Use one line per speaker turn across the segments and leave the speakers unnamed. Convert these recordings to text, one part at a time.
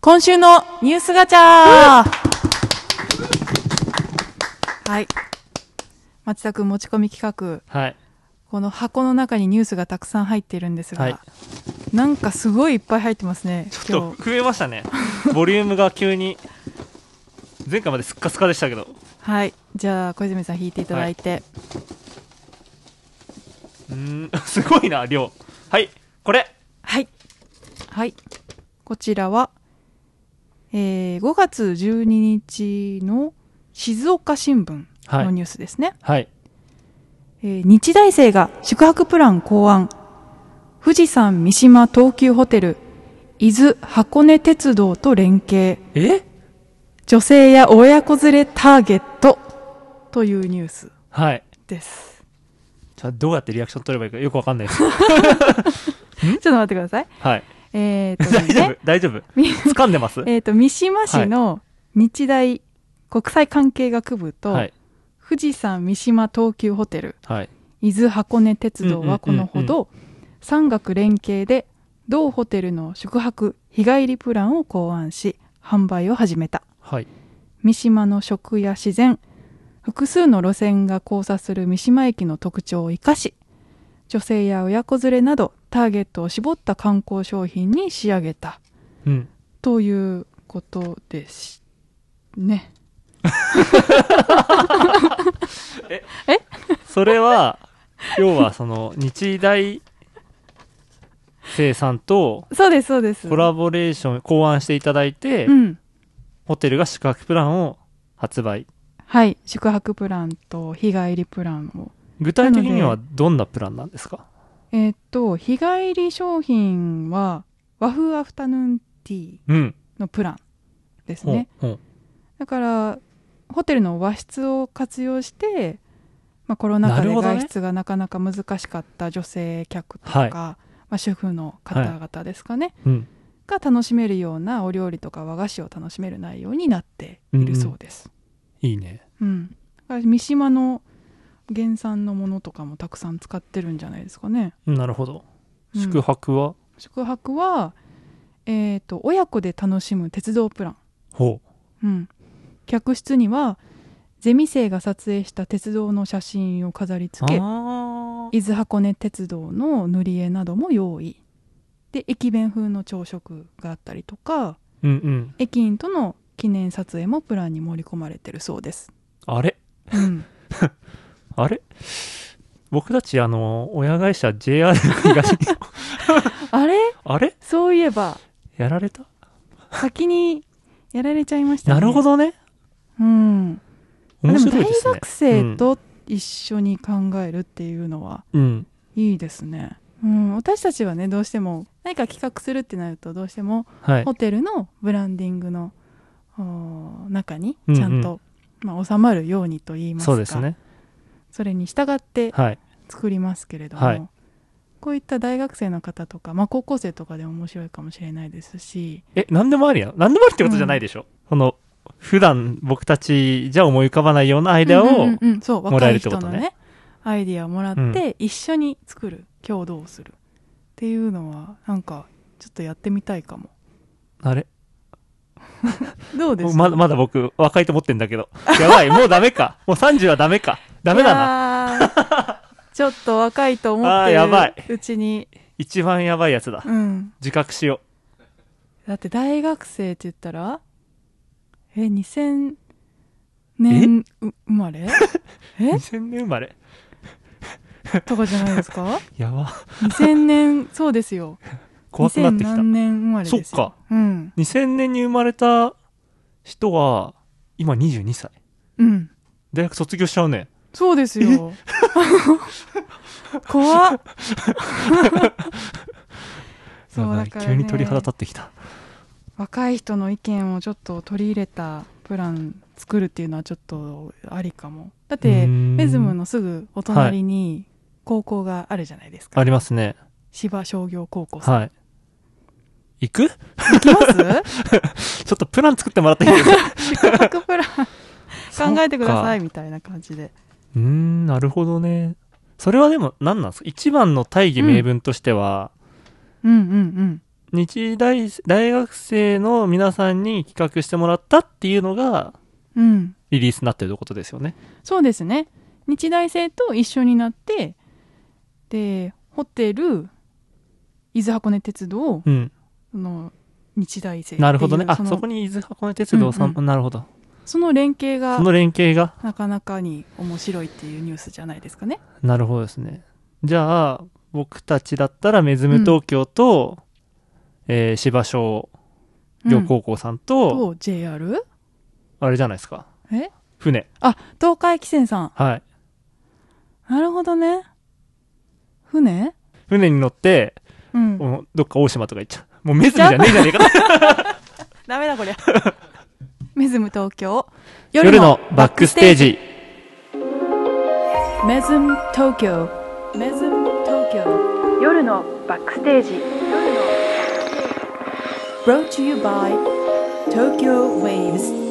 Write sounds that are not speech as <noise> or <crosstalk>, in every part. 今週のニュースガチャはい。松田君持ち込み企画。
はい。
この箱の中にニュースがたくさん入っているんですが、
はい
なんかすごいいっぱい入ってますね。
ちょっと増えました <laughs> ね。ボリュームが急に。前回まですっかすかでしたけど。
はい。じゃあ、小泉さん引いていただいて。
うーん、 <laughs> すごいな、量。はい、これ。
はい。はい。こちらは、えー5月12日の静岡新聞のニュースですね。
はい。
えー日大生が宿泊プラン考案。富士山三島東急ホテル、伊豆箱根鉄道と連携。
え
女性や親子連れターゲットというニュース
はい。
です。
じゃあどうやってリアクション取ればいいかよくわかんない <laughs> です。
ちょっと待ってください。
はい。
えー、っと
大
です
丈
ね
夫。大丈夫。
み <laughs>
掴んでます
えー、と三島市の日大国際関係学部と、
はい。
富士山三島東急ホテル
はい。
伊豆箱根鉄道はこのほど、産学連携で同ホテルの宿泊日帰りプランを考案し販売を始めた
はい。
三島の食や自然複数の路線が交差する三島駅の特徴を生かし女性や親子連れなどターゲットを絞った観光商品に仕上げた
うん。
ということですね。
それは、要はその、日大生さんと
そうです、そうです。
コラボレーション、考案していただいて、
うん。
ホテルが宿泊プランを発売。
はい。宿泊プランと日帰りプランを。
具体的に
な
は
の
どんなプランなんですか
えーっと、日帰り商品は和風アフタヌーンティー
うん。
のプランです
ほう
ね。
ほう
だから、ホテルの和室を活用して、まあ、コロナ禍
なる
で
ほどね
外出がなかなか難しかった女性客とか、
はい
まあ、主婦の方々ですかね、
うん。
が楽しめるようなお料理とか和菓子を楽しめる内容になっているそうです。
いいね。
うん、だから三島の原産のものとかもたくさん使ってるんじゃないですかね。
なるほど。
うん
宿泊は、
宿泊は、えー、と親子で楽しむ鉄道プラン、
ほう。
うん、客室にはゼミ生が撮影した鉄道の写真を飾り付け
あー
伊豆箱根鉄道の塗り絵なども用意で駅弁風の朝食があったりとか
うんうん。
駅員との記念撮影もプランに盛り込まれてるそうです。
あれ
うん、
あれ僕たち、あの、親会社 JR <laughs> 東日本、
<laughs> あれ
あれ
そういえば
やられた
先にやられちゃいましたね。
<laughs> なるほどね。
うん。
面
も
白
大
いですね。
学生と一緒に考えるっていうのは
うん、うん
いいですね。うん、私たちはねどうしても何か企画するってなるとどうしても
はい。
ホテルのブランディングのお中に
うんうん
ちゃんと、まあ、収まるようにと言いますか
そうですね。
それに従って
はい。
作りますけれども、
はい
こういった大学生の方とか、まあ、高校生とかでも面白いかもしれないですし、
え、なんでもありや。なんでもありってことじゃないでしょ。その、普段僕たちじゃ思い浮かばないようなアイデアを、
うんうんうんうんそう
もら
若
える
い
って
人
こと
の
ね
ねアイディアをもらって、一緒に作る共同するっていうのはなんかちょっとやってみたいかも
あれ
どうですか
まだ、まだ僕、若いと思ってんだけど。やばい、もうダ
<laughs>
メか。もう30はダメか。ダメだな。
な
<laughs>
ちょっと若いと思っ
あー
て
やばい
るうちに、
一番やばいやつだ。
うん、
自覚しよ
だって大学生って言ったらえ2000年う生ま
<laughs>
れ
う。
え
2000年生まれ。
とかじゃないですか
やば。
2000年そうですよ
怖くなってきた
2000。何年生まれです
そ
よ
っか。
うん
2000年に生まれた人は、今22歳。
うん
大学卒業しちゃうね。
そうですよ。 <laughs> 怖っ。そう
<laughs> やばい
だから
急
ね
に鳥肌立ってきた。
若い人の意見をちょっと取り入れたプラン作るっていうのはちょっとありかも。だっ
う
て、
ーん
ベズムのすぐお隣に高校があるじゃないですか。
ありますね。
芝商業高校さん。
はい。行くち
行き
<laughs>
ます
ょっとプラン作ってもらっていいで
<laughs>
すか
宿泊プラン考えてください
そっか
みたいな感じで。
うーん、なるほどね。それはでも何なんですか一番の大義名分としては、
うんうん
日大大学生の皆さんに企画してもらったっていうのが
うんうん
リリースになってるってことですよね。
そうですね日大生と一緒になってでホテル伊豆箱根鉄道
うん、
の日大生っていう
なるほどね。あ
そ
そ
の
こに伊豆箱根鉄道さん、
うん
なるほど。
その連携が
その連携が、
なかなかに面白いっていうニュースじゃないですかね。
なるほどですね。じゃあ、僕たちだったら、メズム東京と、えー芝生
う
両
ん
高校さんと、
と JR?
あれじゃないですか。
え
船。
あ東海汽船さん。
はい。
なるほどね。船
船に乗って、
うん。
もうどっか大島とか行っちゃう。もうメズムじゃねえじゃねえかな。
ダメだこりゃ。 <laughs> メズム東京。
夜のバックステー
ジ。
ジ。
メズム東京。メズム東京。夜のバックステージ。Brought to you by Tokyo Waves。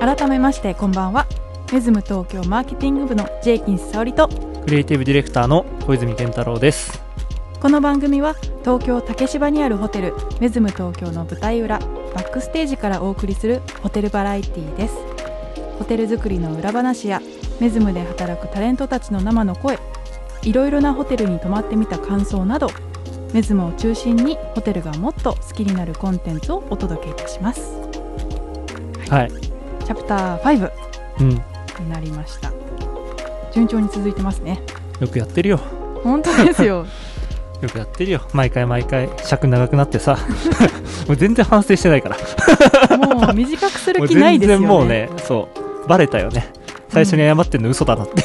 改めましてこんばんは。メズム東京マーケティング部のジェイキンス沙織と
クリエイティブディレクターの小泉健太郎です。
この番組は東京竹芝にあるホテルメズム東京の舞台裏バックステージからお送りするホテルバラエティーですホテル作りの裏話やメズムで働くタレントたちの生の声いろいろなホテルに泊まってみた感想などメズムを中心にホテルがもっと好きになるコンテンツをお届けいたします
はい。
チャプター5
うん。
になりました順調に続いてますね
よくやってるよ。
本当ですよ
よくやってるよ。毎回毎回、尺長くなってさ。 <laughs> もう全然反省してないから。
もう短くす
も
る
う
気ない
全
ですよね
然もうね、そう。バレたよね。最初に謝ってんの嘘だなって。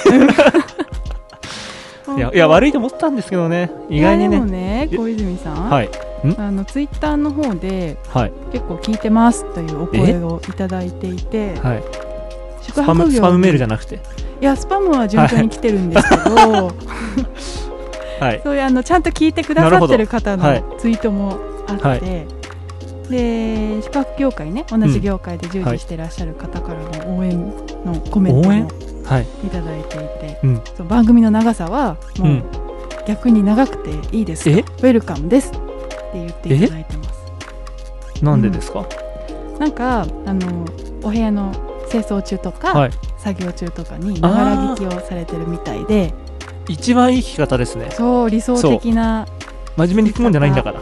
いや、いや、悪いと思ったんですけどね。意外に
いやでも
ね。
ね小泉さん、
はい。
あのツイッターの方で
はい。
結構聞いてますというお声をいただいていて
はい。
宿
スパ
泊
ム、
業
スパムメールじゃなくて。
いやスパムは順調に来てるんですけど、
はい。
<laughs> そういうあのちゃんと聞いてくださってる方
なるほ
のツイートもあって、
は
で宿泊業界ね同じ業界で従事してらっしゃる方からの応援のコメント
応
も
援はい。
いただいていて、
うん
そう番組の長さは
う
も
ん
う。逆に長くていいですとウ
え
ェルカムですって言っていただいてます。
なんでですか
なんかあのお部屋の清掃中とか、
はい。
作業中とかにながら聞きをされてるみたいで
一番いい聞き方ですね。
そう理想的な
真面目に聞くもんじゃないんだから。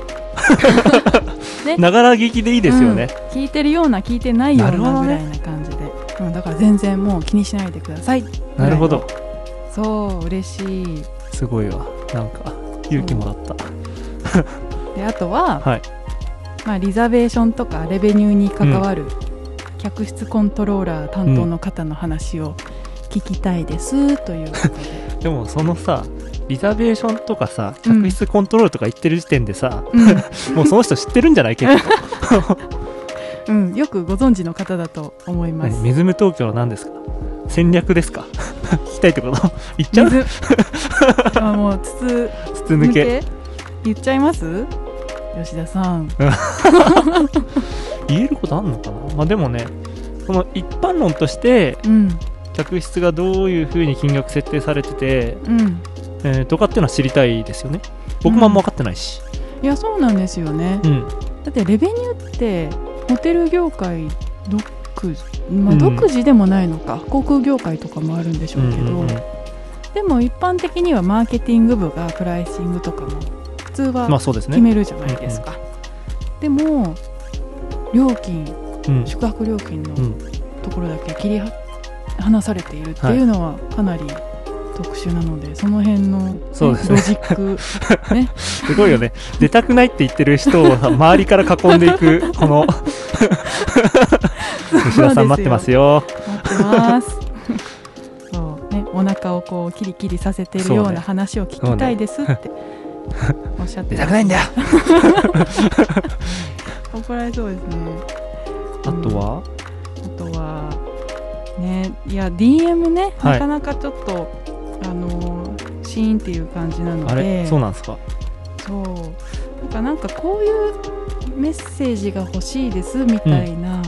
ね
<laughs> ながら聞きでいいですよね。
聞いてるような聞いてないよう
なるほ
な
ど
ぐ
ね
らいな感じで、うん、だから全然もう気にしないでください
なるほど。
そう嬉しい
すごいわ。なんか、勇気もらった。
であとは、
はい
まあ、リザベーションとかレベニューに関わる客室コントローラー担当の方の話を聞きたいですということで、
<laughs> でもそのさリザベーションとかさ
うん
客室コントロールとか言ってる時点でさ、
うん
もうその人知ってるんじ
<laughs>
ゃない結構
うん、よくご存知の方だと思います
何。メズム東京は何ですか戦略ですか <laughs> 聞きたいってこと言っちゃう <laughs>
水あもう筒
筒
抜
抜け
け言っちゃいます吉田さん
言えることあんのかなまあでもねこの一般論として
うん
客室がどういうふうに金額設定されてて、
うん
えーとかっていうのは知りたいですよね僕もあんま分かってないし
いやそうなんですよね
うん、
だってレベニューってホテル業界独まあ、
うん
独自でもないのか、航空業界とかもあるんでしょうけど、
うんうんうん
でも一般的にはマーケティング部がプライシングとかも普通
まあ
は
そうです
決
ね、
めるじゃないですか、でも料金
うん、
宿泊料金の
うん
ところだけ切りは離されているっていうのはかなり特殊なので、その辺のね、
そうですね
ロジック
すごいよね。出たくないって言ってる人をさ周りから囲んでいく、
<laughs>
この、吉田さん待ってます
持
よ。
ってます。 <laughs> そうね、お腹をこうキリキリさせてるよ
そううね
な話を聞きたいですっておっしゃって
出
ます
たくないんだよ。
怒られそうですね。
あとは、
あとはねいや DM ね、
はい
なかなかちょっとあのーシーンっていう感じなので
あれそうなんですか
そうなんかなんかこういうメッセージが欲しいですみたいな、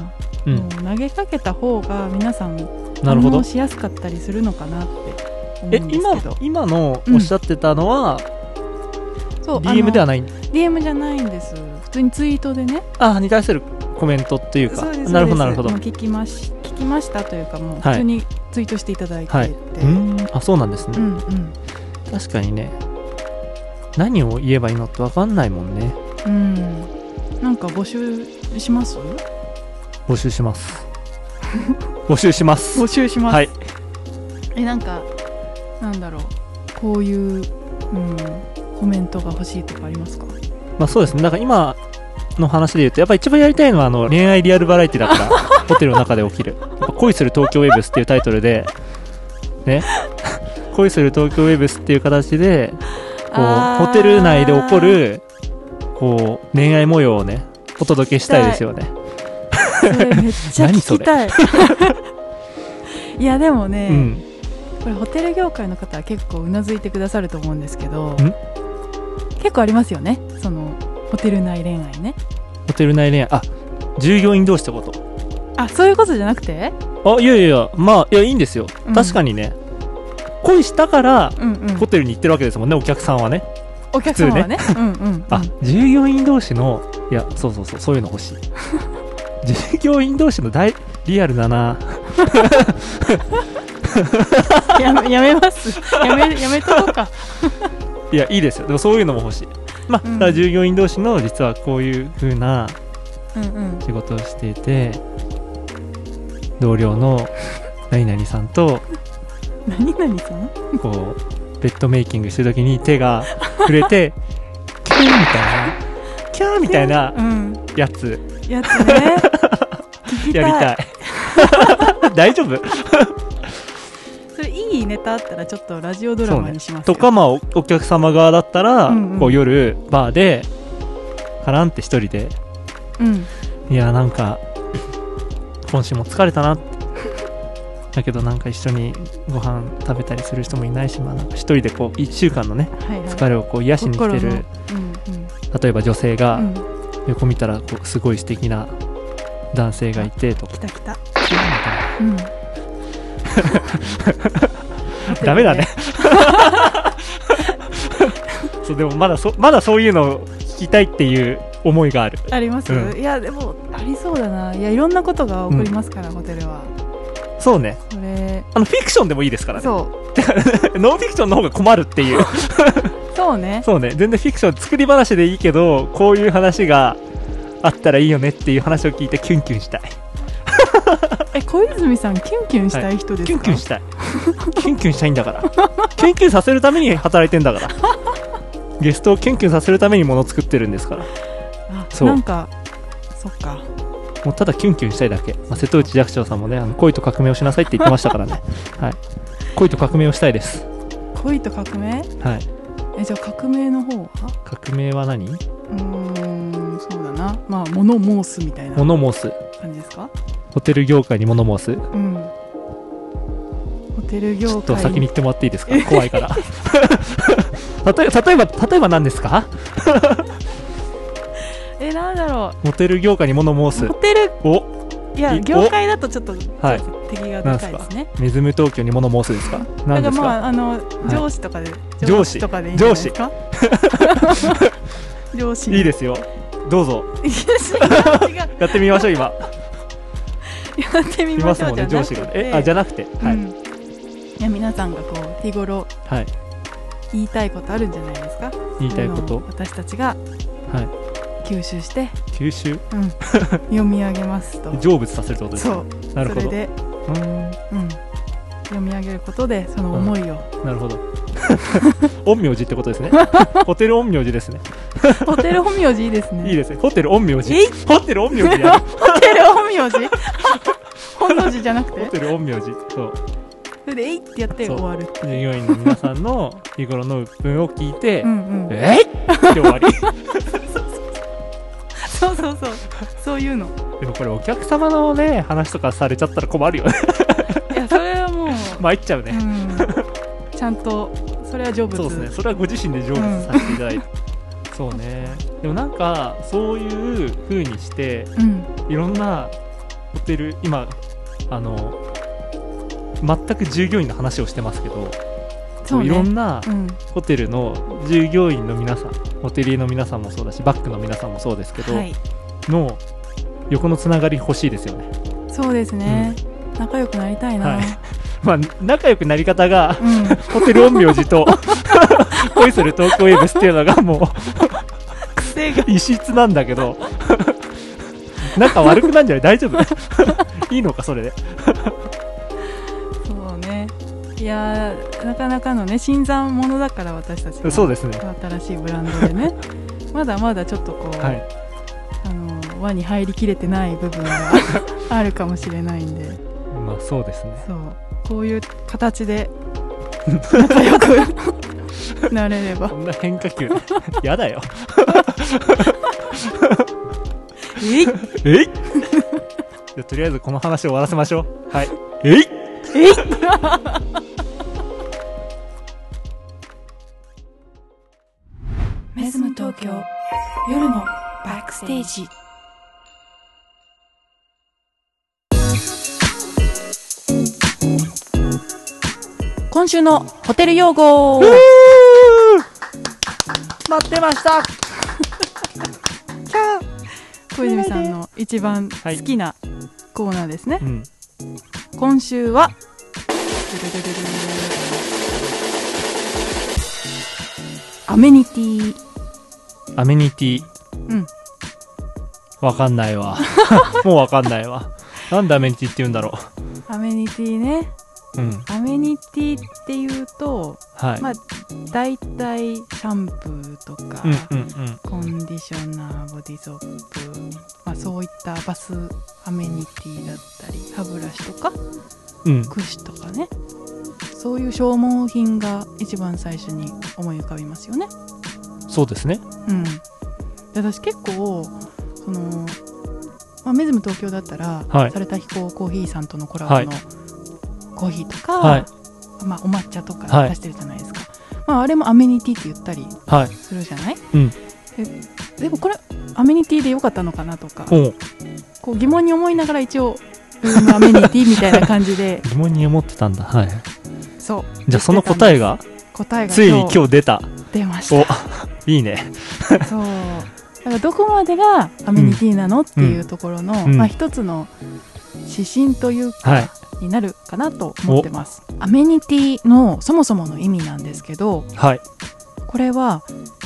う
も
ん
う。投げかけた方が皆さん
なるほ
反
ど
応しやすかったりするのかなって思うん
え
ですけ
今
ど
今の
うん
おっしゃってたのは、
そう
DM ではいない
DM じゃないんです普通にツイートでね
あに対するコメントっていうか
そうです
なるほど
そ
な
う
る
です
ほど
もう聞きまし聞きましたというかもう
はい
普通にツイートしていただいて
はい
て、
うーんあそうなんです
う
ね、
んうん
確かにね何を言えばいいのって分かんないもんね
うんなんか募集します
募集します
<laughs>
募集します
募集します、
はい
えなんかなんだろうこういう、うん、コメントが欲しいとかありますか
まあそうですねだから今の話で言うとやっぱ一番やりたいのはあの恋愛リアルバラエティだ
<laughs>
からホテルの中で起きるやっぱ恋する東京ウェブスっていうタイトルでね恋する東京ウェブスっていう形でこ
あ
う
ー
ホテル内で起こるこう恋愛模様をねお届けしたいですよね
それ <laughs> めっちゃ聞きたい <laughs> いやでもね、
うん
これホテル業界の方は結構うなずいてくださると思うんですけど
ん
結構ありますよねそのホテル内恋愛ね
ホテル内恋愛あ従業員同士ってこと
あそういうことじゃなくて
あいやいやいやまあいやいいんですよ、
うん
確かにね恋したから
うんうん
ホテルに行ってるわけですもんねお客さんはね
お客様はねうんうんうん
あ、従業員同士のいやそうそうそうそういうの欲し
<laughs>
い従業員同士の大リアルだな
やめやめますやめやめとこうか
いやいいですよでもそういうのも欲しいまあ、
うん
だから従業員同士の実はこういう風な
うんうん
仕事をしていて同僚の何々さんと
何々さん
こうベッドメイキングしてる時に手が触
<laughs>
れてキャーみたいなキャーみたいな
うん
やつ
やつ
<laughs>
ね聞きたい
やりたい <laughs> 大丈夫
それいいネタあったらちょっとラジオドラマにしますよ
とかまあおお客様側だったら、
うんうん
こう夜バーでカランって一人で
うん
いやなんか今週も疲れたなってだけどなんか一緒にご飯食べたりする人もいないしまあなんか一人でこう1週間のね
はいはい
疲れをこう癒しに来て
心の
る
うん
例えば女性
う
が
んうん
横見たらこうすごい素敵な男性がいてとか
来た来た
みたいな
うん
<laughs> ダメだねそうでもまだそまだそういうのを聞きたいっていう思いがある
あります、
うん
いやでもありそうだないやいろんなことが起こりますから、ホテルは
そうね
それ
あのフィクションでもいいですからね
そう
ノンフィクションの方が困るっていう
そうね
そうね全然フィクション作り話でいいけどこういう話があったらいいよねっていう話を聞いてキュンキュンしたい
え小泉さんキュンキュンしたい人です
キ
か、
ュンキュンしたいキュンキュンしたいんだからキュンキュンさせるために働いてんだからゲストをキュンキュンさせるためにもの作ってるんですから
あ
そう
なんかそっか
もうただキュンキュンしたいだけ、まあ、瀬戸内寂聴さんもねあの恋と革命をしなさいって言ってましたからね、はい、恋と革命をしたいです、
恋と革命
はい、
えじゃあ革命の方は
革命は何
うーんそうだなまあ物申すみたいな
物申す
感じですか
ホテル業界に物申す
うんホテル
ち
業
ょっと
界
先に言ってもらっていいですか怖いから <laughs> 例え例えば例えば何ですか
えなんだろ
ホテル業界に物申
う
す
ホテル
お
いや
いお
業界だとちょっと、
はい
ちょっと敵がで
何で
か
す
いです
か
ね
メズム東京に物申すですか
な
何
んか
ですか
まああの上司とかで、
上司
とかでいいんじゃないですか上 <laughs> 司
いいですすよどうぞ
違う違うや
やってみましょ
<laughs>
う今
ってみ
い
ま
ま
し
す
ょ
も
うんじゃな
ね
くて
上司がねえあじゃなくて、はい
うんいや皆さんがこう日頃
はい
言いたいことあるんじゃないですか
言いたいこ
あ
と
の私たちが
はい
吸収して、
吸収
うん読み上げます
<laughs>
と
成仏させるってことです
そ
か
う
なるほ
そ
ど
れで、
うー
う
ん
ん、読み上げることでその思いを、
なるほど <laughs> 陰陽師ってこと
<laughs>
ですねホテル陰陽師ですね
ホテル本名字いいですね
いいですねホテル陰陽師
え
ホテル陰陽師やる
ホテル本名字 <laughs> 本能寺じゃなく
ホ
て
テル陰陽師そう
それで「えい!」ってやって
そう
終わる
従業員の皆さんの日頃の鬱憤を聞いて、
うんうん
えいって終わり <laughs>
そうそうそうそういうの
でもこれお客様のね話とかされちゃったら困るよね
い
<laughs>
やそれはもう、
参っちゃう
う
ね、
ん、ちゃんとそれは成仏
そうですねそれはご自身で成仏させていただいて、そうねでもなんかそういう風にして
うん
いろんなホテル今あの全く従業員の話をしてますけど、
そうね
いろんな
うん
ホテルの従業員の皆さん、ホテリエの皆さんもそうだし、バックの皆さんもそうですけど、
はい
の横のつながり欲しいですよね。
そうですね、仲良くなりたいな、
はいまあ、仲良くなり方が、 <laughs>
うん
ホテル陰陽師と <laughs> 恋する東京ウェブスっていうのがも
癖が
う異質なんだけど、仲悪くなんじゃない大丈夫 <laughs> いいのか、それで。
そうねいやーなかなかのね新参者だから私たちが
そうですね。
新しいブランドで
<laughs>
ねまだまだちょっとこう、
はい。
あの輪に入りきれてない部分
<laughs>
があるかもしれないんで
まあ、そうですね。
そうこういう形
<laughs>
で仲良くなれれば
こんな変化球、やだよ。
えい
えい <laughs> じゃあとりあえずこの話を終わらせましょう。はい。えい
えい
メズム東京夜のバックステージ
今週のホテル用語
待ってました
小泉さんの一番好きなコーナーですね、
うん。
今週はアメニティ
アメニティ。
うん。
わかんないわ。 <laughs> もうわかんないわ。なんでアメニティって言うんだろ
アメニティね
う。うん。
アメニティっていうと
はい。
まあ大体シャンプーとか、
うんうんうん。
コンディショナーボディソープ、まあ、そういったバスアメニティだったり歯ブラシとか
うん。
櫛とかねそういう消耗品が一番最初に思い浮かびますよね。
そうですね。
うん、で私結構その、まあ、メズム東京だったら、
はい
された飛行コーヒーさんとのコラボのコーヒーとか、
はい
まあ、お抹茶とか
はい
出してるじゃないですか、まあ、あれもアメニティって言ったり
はい。
するじゃない、
うん
ででもこれアメニティでよかったのかなとか
おう
こう疑問に思いながら一応ルームアメニティみたいな感じで
疑問に思ってたんだ。はい。
そう
じゃあその答え
が
が、
答えが
ついに今
今日
日出た。
出ました
お、いいね。
そうだからどこまでがアメニティなのっていうところの、
うん
まあ、一つの指針というか、
はい
になるかなと思ってますアメニティのそもそもの意味なんですけど
はい。
これは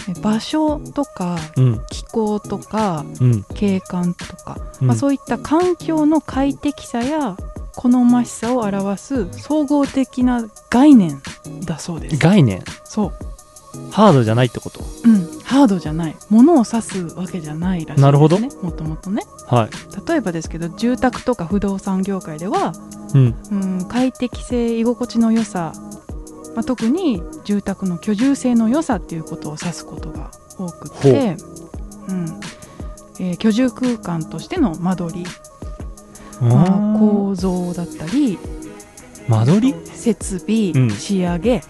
え場所とか
うん。
気候とか
うん。
景観とか、
うん
まあ、そういった環境の快適さや好ましさを表す総合的な概念だそうです
概念。
そう
ハードじゃないってこと。
うん、ハードじゃないものを指すわけじゃないらしいですね
なるほど
もともとね
はい。
例えばですけど住宅とか不動産業界では、
うん。
うん、快適性居心地の良さ、まあ、特に住宅の居住性の良さっていうことを指すことが多く
ほう
てう、んえー居住空間としての間取り、まあ構造だったり
間取り
設備、
うん
仕上げ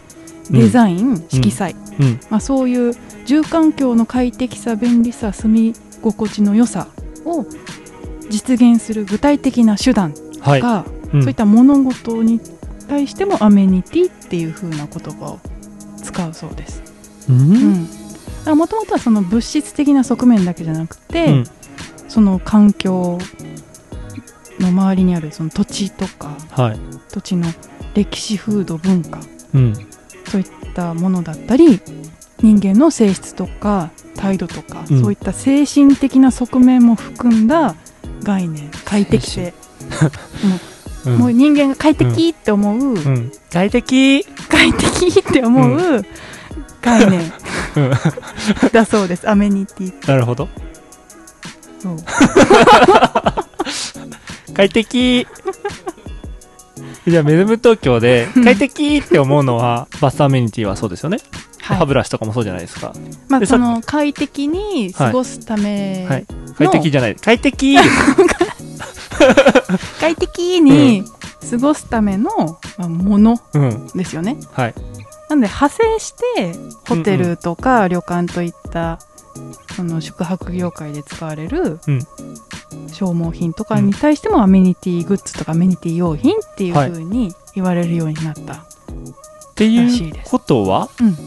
デザイン、色彩、
うん。
まあ、そういう住環境の快適さ便利さ住み心地の良さを実現する具体的な手段
は
が、
い。うん
そういった物事に対してもアメニティっていう風な言葉を使うそうです。
う
うんんもともとはその物質的な側面だけじゃなくて、
うん
その環境の周りにあるその土地とか
はい。
土地の歴史風土文化
うん。
そういったものだったり人間の性質とか態度とか、
うん
そういった精神的な側面も含んだ概念快適性、
<laughs> うん
もう人間が快適って思う、
うん。快適
快適って思うう概念、
うん
だそうですアメニティ
なるほど。
そう
快適じゃあ、メズム東京で、
<laughs>
快適って思うのは、バスアメニティはそうですよね。
は
歯
い
ブラシとかもそうじゃないですか。
まあ、
でさ
その快適に過ごすため、
はい。快適じゃない。快適です
快適に過ごすための、まあ、もの
<laughs> うん。
ですよね
はい。
なので派生してホテルとか旅館といった、その宿泊業界で使われる、
うん
消耗品とかに対してもアメニティグッズとかアメニティ用品っていう風に言われるようになった、
って
らし
い
いうです
ことは、
うん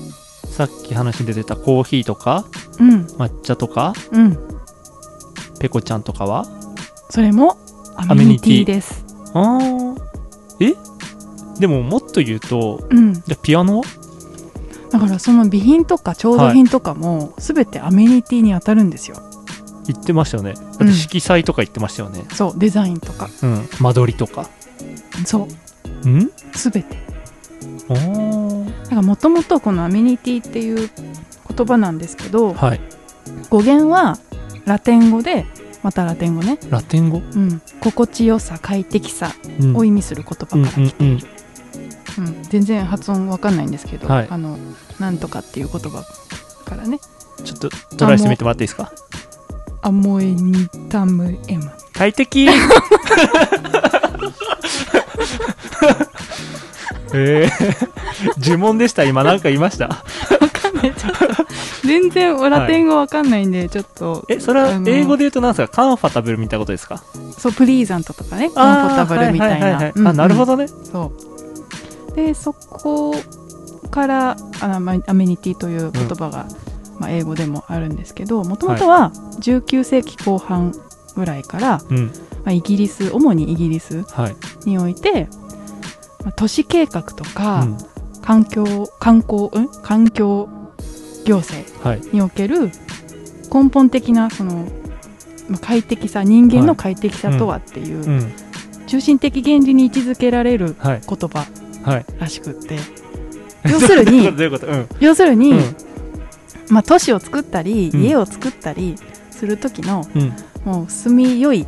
さっき話に出てたコーヒーとか
うん
抹茶とか
うん
ペコちゃんとかは
それもアメニティです
あーえでももっと言うと
うん
じゃあピアノは
だからその備品とか調度品とかも全てアメニティに当たるんですよ、
言ってましたよねだっ
うん
て色彩とか言ってましたよね、
そうデザインとか
うん間取りとか
そう
うん
全て
あー
だからもともとこのアメニティっていう言葉なんですけど
はい
語源はラテン語でまたラテン語ね、
ラテン語、
うん、心地よさ快適さ
うん
を意味する言葉から来ている、うん全然発音わかんないんですけど、
はい
あのなんとかっていう言葉からね
ちょっとトライしてみてもらっていいですか
「アモエニタムエム <laughs>
快適えー、呪文でした今なんか言いました」
<laughs> 全然ラテン語わかんないんでちょっと、
えそれは
あの
英語で言うと何ですかカンファタブルみたいなことですか
そうプリーザントとかねコンフォタブルみたい
あーははは
な
はあなるほ
ど
どね
そうでそこからあまアメニティという言葉が、まあ、英語でもあるんですけどもともとは19世紀後半ぐらいから、
うん
まあ、イギリス主にイギリス
はい、
において、まあ、都市計画とか、
うん
環境観光、うん、環境行政
はい
における根本的なそのまあ快適さ人間の快適さとはっていう、
うん
中心的原理に位置づけられる
はい
言葉
はい
らしくって要するに
<laughs> どういうことどういうこ
要するに、
とうん
まあ、都市を作ったり、
うん
家を作ったりする時の
うんうん
もう住みよい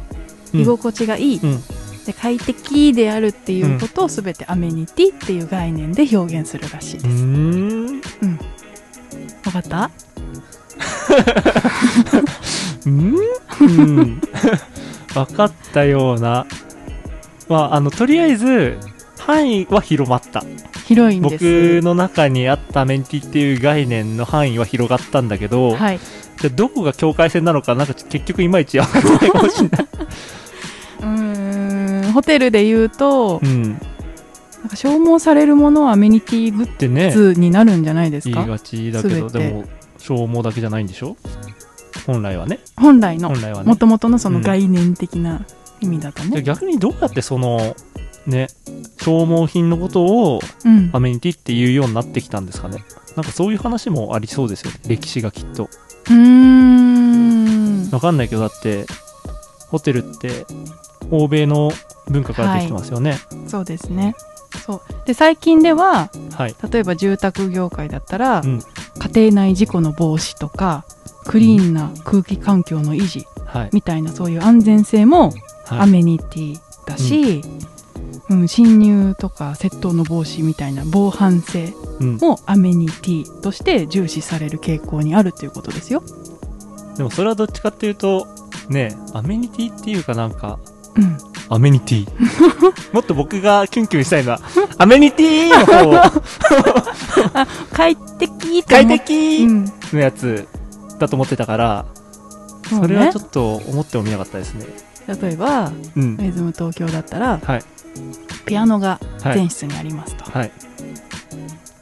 うん
居心地がいい、
うん
で快適であるっていうことを全てアメニティっていう概念で表現するらしいです。
うん
わかった
<laughs> うん分かったようなまああのとりあえず範囲は広まった
広いん
僕
です。
の中にあったアメニティっていう概念の範囲は広がったんだけど、
はい、
じゃあどこが境界線なのかなんか結局いまいち分かんないかもしれない、
うーんホテルで言うと、
うん、っ
なんか消耗されるものはアメニティグ
てね
ッズになるんじゃないです
言い
か
がちだけ
全
ど
て
でも消耗だけじゃないんでしょ本来はね
本来の
本来はね
もともとのその概念的な意味だと
じゃあ
ね。
逆にどうやってそのね消耗品のことを
うん
アメニティっていうようになってきたんですかねなんかそういう話もありそうですよね歴史がきっと
うーん
わかんないけどだってホテルって欧米の文化からできてますよね
そうですねそうで最近では
はい、
例えば住宅業界だったら、
うん
家庭内事故の防止とかクリーンな空気環境の維持
はい
みたいなそういう安全性もア
はい
メニティだし、うん侵入とか窃盗の防止みたいな防犯性
うん、
もアメニティとして重視される傾向にあるということですよ。
でもそれはどっちかっていうとねアメニティっていうかなんか
うん、
アメニティ <laughs> もっと僕がキュンキュンしたいのはアメニティの方
快適と
快
思っ
適
うん
のやつだと思ってたから
そう
それ
ね
はちょっと思ってもみなかったですね
例えば
うん
メズム東京だったら
はい
ピアノが
はい
全室にありますと、
は
だか
い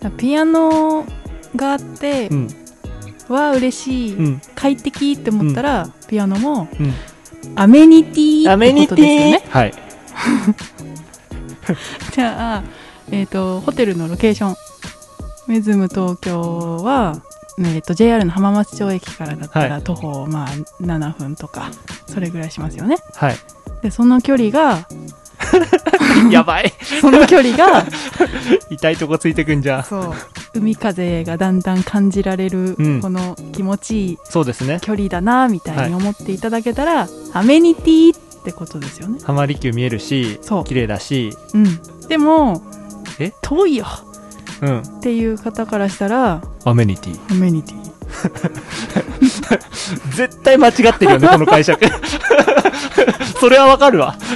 らピアノがあって、
うん
わあ嬉しい、
うん
快適って思ったら、ピアノも
うん
アメニティってことですよね
はい
じゃあ、えー、とホテルのロケーションメズム東京は、えー、と JR の浜松町駅からだった
は
ら徒歩、まあ、7分とかそれぐらいしますよね
はい <laughs>
でその距離が
やばい
その距離
<laughs>
が
痛いとこついてくんじゃん
そう海風がだんだん感じられる、
うん
この気持ちいい
そうですね
距離だなみたいに思っていただけたら、アメニティってことですよね。
ハマり球見えるし
そう
綺麗だし
うん、でも
え
遠いよ
うん
っていう方からしたら
アメニティ
アメニティ
絶対間違って
<laughs>
るよねこの解釈 <laughs> それはわかるわ <laughs>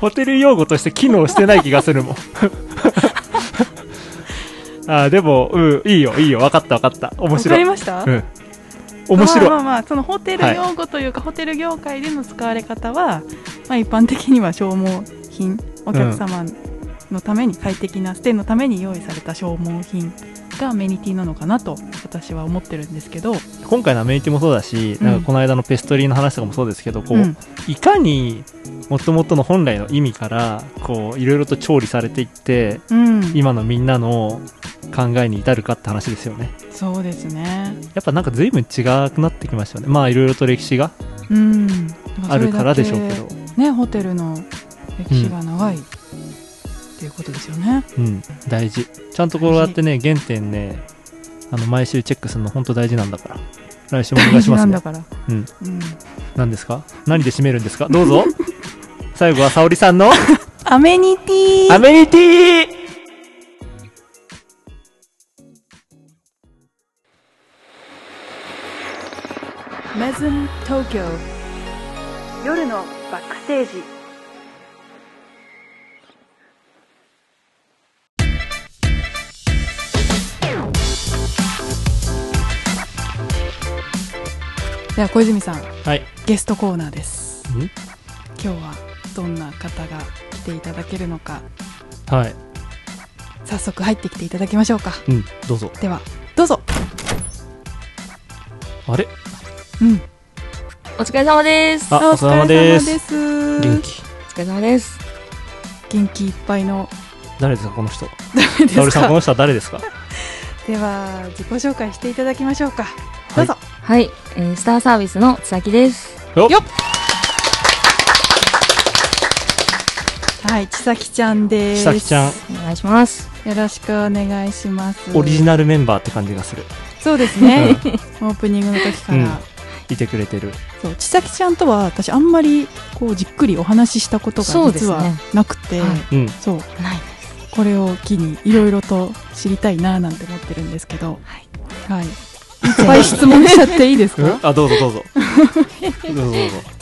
ホテル用語として機能してない気が
<laughs>
するもんあーでもうんいいよいいよわかったわかった面
わ
白
か
い
りました、
うん面白
ま
い、
あまあまあそのホテル用語というか、ホテル業界での使われ方は、まあ、一般的には消耗品お客様のために快適なステイのために用意された消耗品がアメニティなのかなと私は思ってるんですけど、
今回のアメニティもそうだし、
うん
なんかこの間のペストリーの話とかもそうですけどこう、
うん
いかにもともとの本来の意味からこういろいろと調理されていって
うん、
今のみんなの考えに至るかって話ですよね
そうですね、
やっぱなんか随分違くなってきましたよねまあいろいろと歴史が
うん、
あるからでしょうけど、
ね、ホテルの歴史が長い、っていうことですよね。
うん、大事ちゃんとこうやってね原点ねあの毎週チェックするの本当大事なんだから来週もお願いしま
な
す
ん
ね
だから、
うん
うん、
何ですか何で締めるんですかどうぞ <laughs> 最後は沙織さんの
アメニティ
アメニティ
メズム東京夜のバックステージでは小泉さん
はい
ゲストコーナーです
ん
今日はどんな方が来ていただけるのか
はい
早速入ってきていただきましょうか
うんどうぞ
ではどうぞ
あれ
うん
お疲れ様です。
あお疲れ様です
す
元気
お疲れ様です。
元気いっぱいの
誰ですかこの人
誰です
沙
か
織さんこの人は誰ですか
では自己紹介していただきましょうか、
はい
どうぞ
はい、えースターサービスのつさきです。
よ
よはいちさきちゃんです
ちさきちゃん
お願いします。
よろしくお願いします
オリジナルメンバーって感じがする、
そうですね、 <laughs> オープニングの時から、
うんいてくれてる
そうちさきちゃんとは私あんまりこうじっくりお話ししたこと
そ
が
うです
実
ね
はなくてそう,、
はい
うん
ないです。
これを機にいろいろと知りたいななんて思ってるんですけど
はい。
はいいっぱ <laughs> い質問しちゃっていいですか
あどうぞどうぞどうぞどうぞ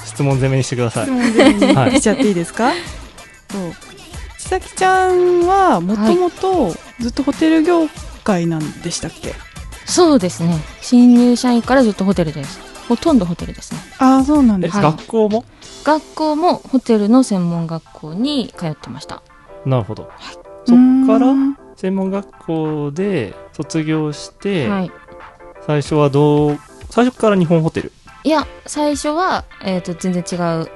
質問攻めにしてください
質問全部
はい
しちゃっていいですか、そうちさきちゃんはもともとずっとホテル業界なんでしたっけ、
そうですね。新入社員からずっとホテルです。ほとんどホテルですね。
ああそうなん
え
です
はい
学校も
学校もホテルの専門学校に通ってました。
なるほど
そ
そ
っ
っ
か
からら専門学校で卒業して、
はい。
最初はどう最初から日本ホテル
いや、最初は、えっ、と、全然違う。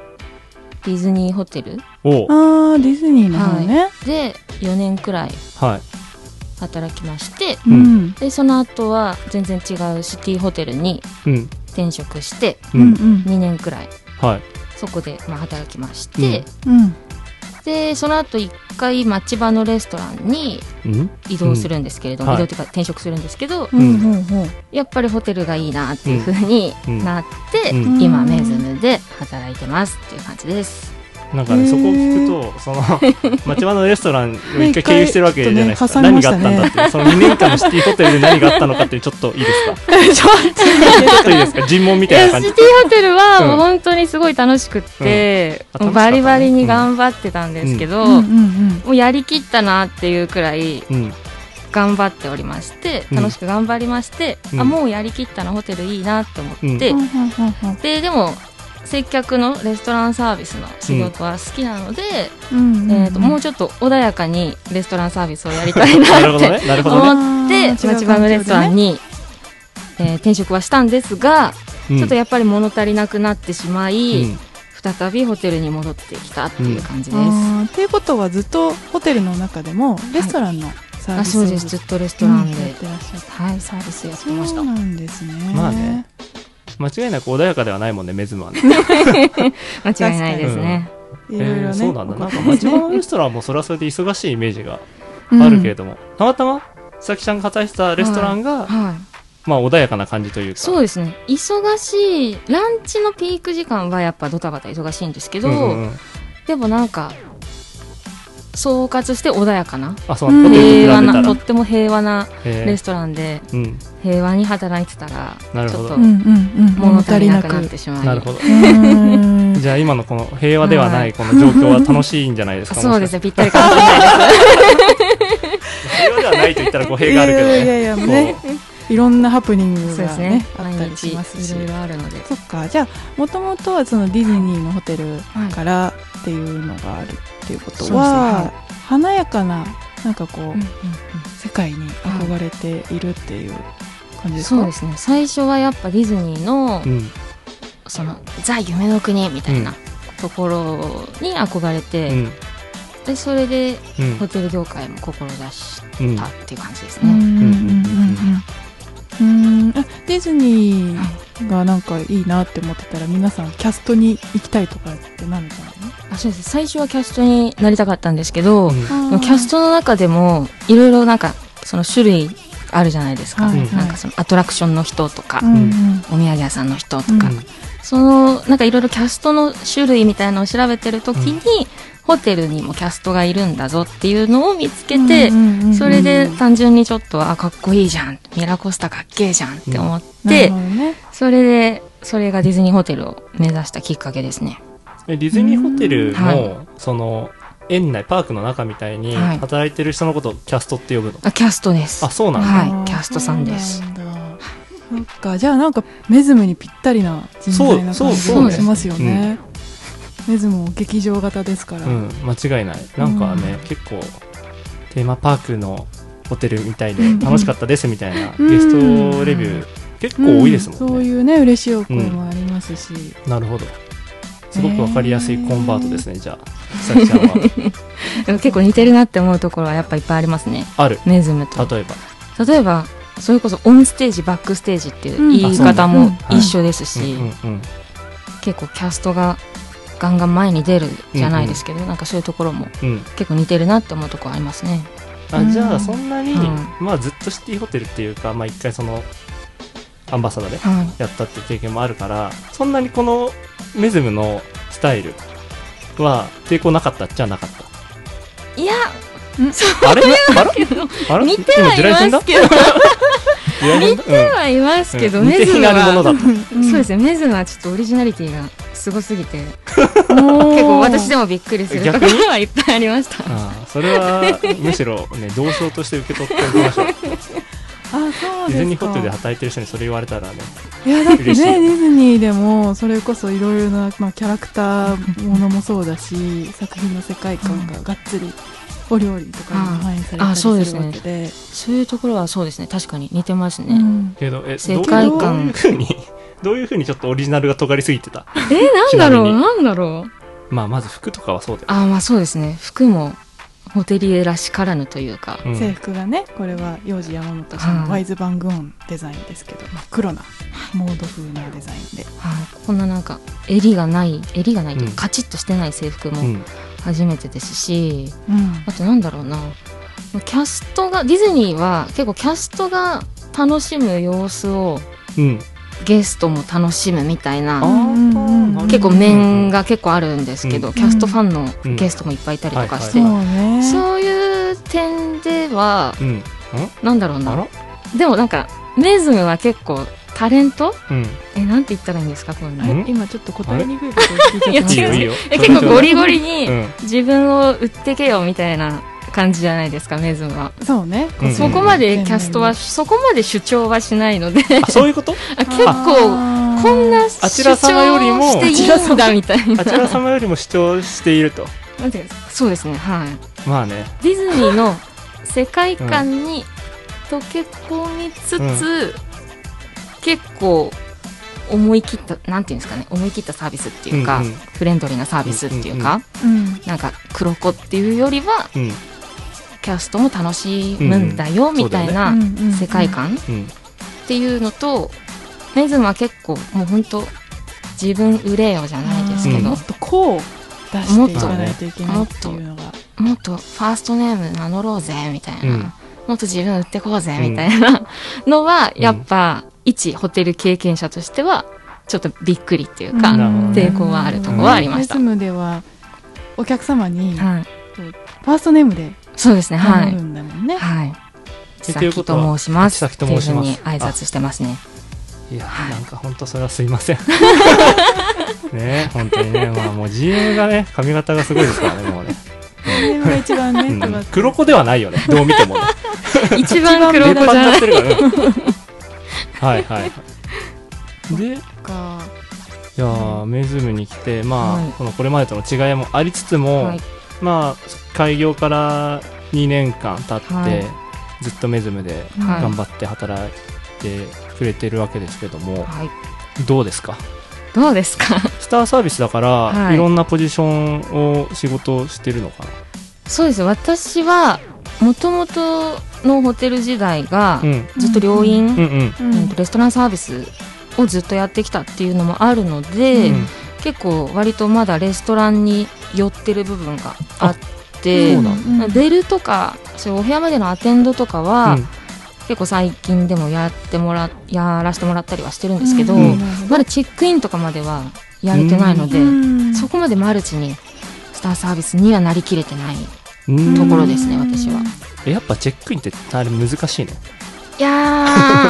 ディズニーホテル
を
ああディズニーの方ね、
で4年くらい
はい
働きまして、
いううん
で、その後は全然違うシティホテルに
うん
転職して、
う
うん
ん、
2年くらい
はい
そこで、まあ、働きまして、
うん
でその後一回町場のレストランに
うん
移動するんですけれども、
うんはい
移動というか転職するんですけど、
うんんうん
やっぱりホテルがいいなっていうふうに
うん
なって、
うん
うん
今メズムで働いてますっていう感じです。
なんかね
へー
そこを聞くとその <laughs> 町場のレストランを一
一回
回経由してるわけじゃないですか、
ちょっとね
何があったんだっていうその2年間のシティホテルで何があったのかっていうちょっといい
<laughs>
ですかち
うんちょっと
ょっといいですか尋問み
い
たい
や
な
シテ
感じ
ィホテル
う
は
ん
もう本当にすごい楽しくっ
う
て、
んあ
もう
楽しかった
バ
ね
リバリに頑張ってたんですけど、
うんうん
もうやりきったなっていうくらい
うん
頑張っておりまして
うん
楽しく頑張りまして、
うん
あもうやりきったなホテルいいなって思って、
うん
うんうんうん
ででも接客のレストランサービスの仕事は好きなので、
うんうん
えー、ともうちょっと穏やかにレストランサービスをやりたいな
<laughs> なる
っ
ほ
て
どねなるほどね、
思って
あー
町場のレストランに、えー転職はしたんですが、
うん
ちょっとやっぱり物足りなくなってしまい、
うん
再びホテルに戻ってきたっていう感じです。
あーっていうことはずっとホテルの中でもレストランのサー
あ
ビス
そ
を
うですずっとレストランで、
うんやってらっしゃった
はい、サービスやって
そ
ました
うなんですね
まあね間違いなく穏やかではないもんねメズムはね
間違いないですね、
いろい
え
ろね
ーそうなんだなんか
ここ
町場のレストランもそれはそれで忙しいイメージがあるけれども、たまたまさきちゃんが働いてたレストランが、
はい
まあ穏やかな感じというか
そうですね忙しいランチのピーク時間はやっぱドタバタ忙しいんですけど、
うんうんうん
でもなんか総括して穏やかな
あそうなんだ
うん
ホテルに比べ
平和
た
な
ら
とっても平和な
えー
レストランで
うん
平和に働いてたら
なる
ち
ほ
ょ
ど
っと
うんうんうん
物足りなくなってしまい、
なるほど
うん
じゃあ今のこの平和ではないこの状況は楽しいんじゃないです
あ
か
そうです
もし
ねぴったりかもしれないで
かして平和ではないと言ったら語弊があるけど
いやい
ね
やいや
こう
ねいろんなハプニング
そうで
が、
す
ね
ね。
あ
毎
ったり
日
し
い
ますし
ろいろあるので。
そっかじゃあもともとはそのディズニーのホテルからっていうのがあるっていうことは、
はいそうで
華やかななんかこう、
うんうん
世界に憧れているっていう感じ
うん
です
そ
か
うですね最初はやっぱディズニーの
うん
そのザ・夢の国みたいな
うん
ところに憧れ
う
て、
ん
でそれで
うん
ホテル業界も志し
うん
たっていう感じです
うんうん
ね、
うんうんうんうんあディズニーがなんかいいなって思ってたら皆さんキャストに行きたいとかってなるんじゃない
あそうです最初はキャストになりたかったんですけど、
の
キャス
ト
トの中でもいろいろなんかその種類あるじゃないですか、
はい
なんかそのアトラクションの人とか、
うんうん
お土産屋さんの人と
うん
か、そのなんかいろいろキャストの種類みたいのを調べてる時に、ホテルにもキャストがいるんだぞっていうのを見つけて、
うんうんうん
それで単純にちょっとあかっこいいじゃんミラコスタかっけえじゃんって思って、
なるほどね
それでそれがディズニーホテルを目指したきっかけですね
えディズニーホテル
は
のその園内パークの中みたいに
はい
働いてる人のことをキャストって呼ぶの
あキャストです
あそうなんだ、
はい
あー
キャストさんです
そうなんだそっかじゃあなんかメズムにぴったりな人材な
そ
感
う
じ
そう
そう
が
ね
しますよね。メズムも劇場型ですから。
うん、間違いないなんかね、結構テーマパークのホテルみたいで楽しかったですみたいな
うん
ゲストレビュー結
うん
構多いですもんね、
そういうね嬉しいお声もありますし、
なるほどすごくわかりやすいコンバートですね、じゃあさきちゃんは
でも結構似てるなって思うところはやっぱいっぱいありますね
ある
メズムと
例えば
例えばそれこそオンステージバックステージっていう言い方
うん
も
あ
そう
一緒ですし、
うんうんうん
結構キャストがガンガン前に出るじゃないですけど、なんかそういうところも
うん
結構似てるなって思うところありますね
あじゃあそんなに、
うん
まあずっとシティホテルっていうかまあ一回そのアンバサダーで
はい
やったっていう経験もあるからそんなにこのメズムのスタイルは抵抗なかったじゃなか
<laughs>
った
いや
あれあれあれ
見てはいます
<laughs>
けど
見て
見てはいますけど、
うん、
メ
似
ズ
て非
ム
なるもの
は、
だと、
そうですねメズムはちょっとオリジナリティがすごすぎて
結
結構私でもびっくりするとこ
逆に
ろはいっぱいありました
ああそれはむしろね同情として受け取っておきまし
<laughs>
ょう
あそう
ディズ
で
ニ
す
ーホテルで
か
働いてる人にそれ言われたらね
いやだってねデ
嬉しい
ィズニーでもそれこそいろいろな、まあ、キャラクターものもそうだし作品の世界観ががっつりお料理とかにも反映された
あ
り
あ
す
そうです
る
ね
わけで
そういうところはそうですね確かに似てます
う
ね、
ん
けどえ
世界観
どういうふうに <laughs> どういうふうにちょっとオリジナルが尖りすぎてた
えーなんだろ
ちなみ
う
に
なんだろう
まあまず服とかはそうだよ、
あーまあそうですね服もホテリエらしからぬというか、
うん
制服がねこれは幼児山本さん
は
の
い
ワイズバングオンデザインですけど真っ黒なモード風なデザインで
はいこんななんか襟がない襟がないというか
うん
カチッとしてない制服
う
も
ん
初めてですし、
うん
あとなんだろうなキャストがディズニーは結構キャストが楽しむ様子を
うん、
ゲストも楽しむみたい
あ
な
うん
ーなるほど
結構面が結構あるんですけど、
うん
キャストファンの
うん
ゲストもいっぱいいたりとかして、
そう
はい
ね
そういう点では
うんん
なんだろう
あ
な
ら
でもなんかメズムは結構タレント
うん
えなんて言ったらいいんですかこういう
あ
の
れ
ん
今ちょっと答えにくいこと聞いちゃった
いいよ
違う
いいよ
え結構ゴリゴリ
う
に
ん
自分を売ってけよみたいな感じじゃないですかメズムは、
そうね
うんうん
そこまでキャストはそこまで主張はしないので
あそういうこと
あ <laughs> 結構
あー
こんな主張
あちら様よりも
していいんだみたいな
あちら様よりも主張していると
なんていうんですかそうですねはい
まあね
ディズニーの世界観に溶け込みつつ、結構思い切ったなんていうんですかね思い切ったサービスっていうか、
うんうん
フレンドリーなサービスっていうか、
うん
なんか黒子っていうよりは
うん
キャストも楽しむんだよ、
ん
みたい
うん
な
うんうん
世界観っ
うん
ていうのと、メズムは結構もう本当自分売れよじゃないですけ
うん
ど、
もっとこう出していかないといけないっていうのが
もっとファーストネーム名乗ろうぜみたいな、
うん
もっと自分売ってこうぜみたいなのは、やっぱ一ホテル経験者としてはちょっとびっくりっていうか、
なるほどね
抵抗はあるとこはありました
メズムではお客様にファ
はい、
ーストネームで
そうですねは
名乗
い
るんだもんね
はい
え
千
というこ
崎
とは
と申します
千
って
咲と
いう
申し
ふう
ます
に挨拶してますね
いやーなんか本当それはすいま
<laughs>
せんね本当にねまあもう GM がね髪型がすごいですからねもうね、
ネームが一番
<laughs>
ね
うん
尖ってる
黒子ではないよねどう見てもね
一番黒
出っ
子じゃ
張っちゃ
な
っ
い
てるから、ね、 <laughs> はいはいでい
か
やーメズムに来てまあ、
はい
このこれまでとの違いもありつつも、
はい
まあ開業から2年間経って、
はい
ずっとメズムで
はい
頑張って働いてくれてるわけですけども、
はい
どうですか
どうですか
スターサービスだから、、
はいい
ろんなポジションを仕事をしてるのか
そうです私はもともとのホテル時代が
な、うん、
ずっと料理
うん
人、
うん
う
うんとレストランサービスをずっとやってきたっていうのもあるので、
うん
結構割とまだレストランに寄ってる部分があって
そうなん
だ
ベルとかそういうお部屋までのアテンドとかは、結構最近でもやってもらやらせてもらったりはしてるんですけど、
うんうん
まだチェックインとかまではやれてないので、
うん
そこまでマルチにスターサービスにはなりきれてない
うん
ところですね私は
えやっぱチェックインってあれ難しいの
いや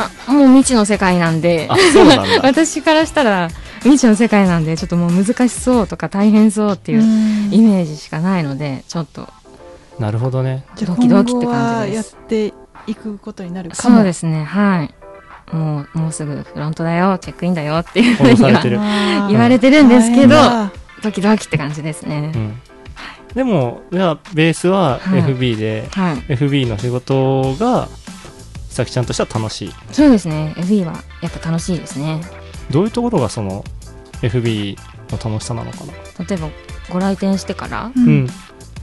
<laughs> ーもう未知の世界なんで
あそうなんだ
私からしたら未知の世界なんでちょっともう難しそうとか大変そうっていうイメージしかないのでちょっと
なるほどね
じゃあ
ドキドキって感じで
今
す
後はやっていくことになるかも
そうですねはいもうもうすぐフロントだよチェックインだよっていうふう
脅
に
され
は
てる、
あー
言われてるんですけ
大変
ど
だ
ドキドキって感じですね、
うん、でもじゃあベースは
はい
FB で、
はい
FB の仕事がさきちゃんとしては楽しい
そうですね FE はやっぱ楽しいですね
どういうところがその FB の楽しさなのかな
例えばご来店してから、
うん
うん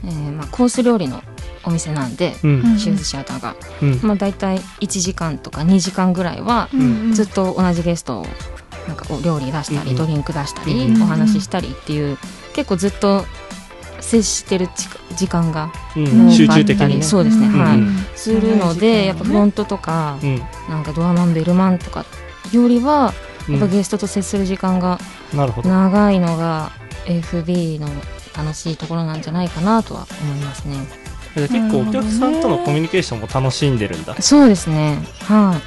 えーまあ、コース料理のお店なんで、
うん
シューズシアターが、
うん
まあ、大体1時間とか2時間ぐらいは
うんうん
ずっと同じゲストをなんかお料理出した
うん
りドリンク出した
う
り
ん
うん
お話ししたりっていう結構ずっと接してる時間時間が
うん
うん
集中的
やっぱ
に
り
ね
そうですね
ん
はい
うん
す
長い時
るの
間をね
でやっぱフロントとか
うん
なんかドアマンベルマンとかよりは
う
や
ん
っぱゲストと接する時間が
なるほど
長いのが FB の楽しいところなんじゃないかなとは思いますね
じゃあ結構お客さんとのコミュニケーションも楽しんでるんだ
そうですねは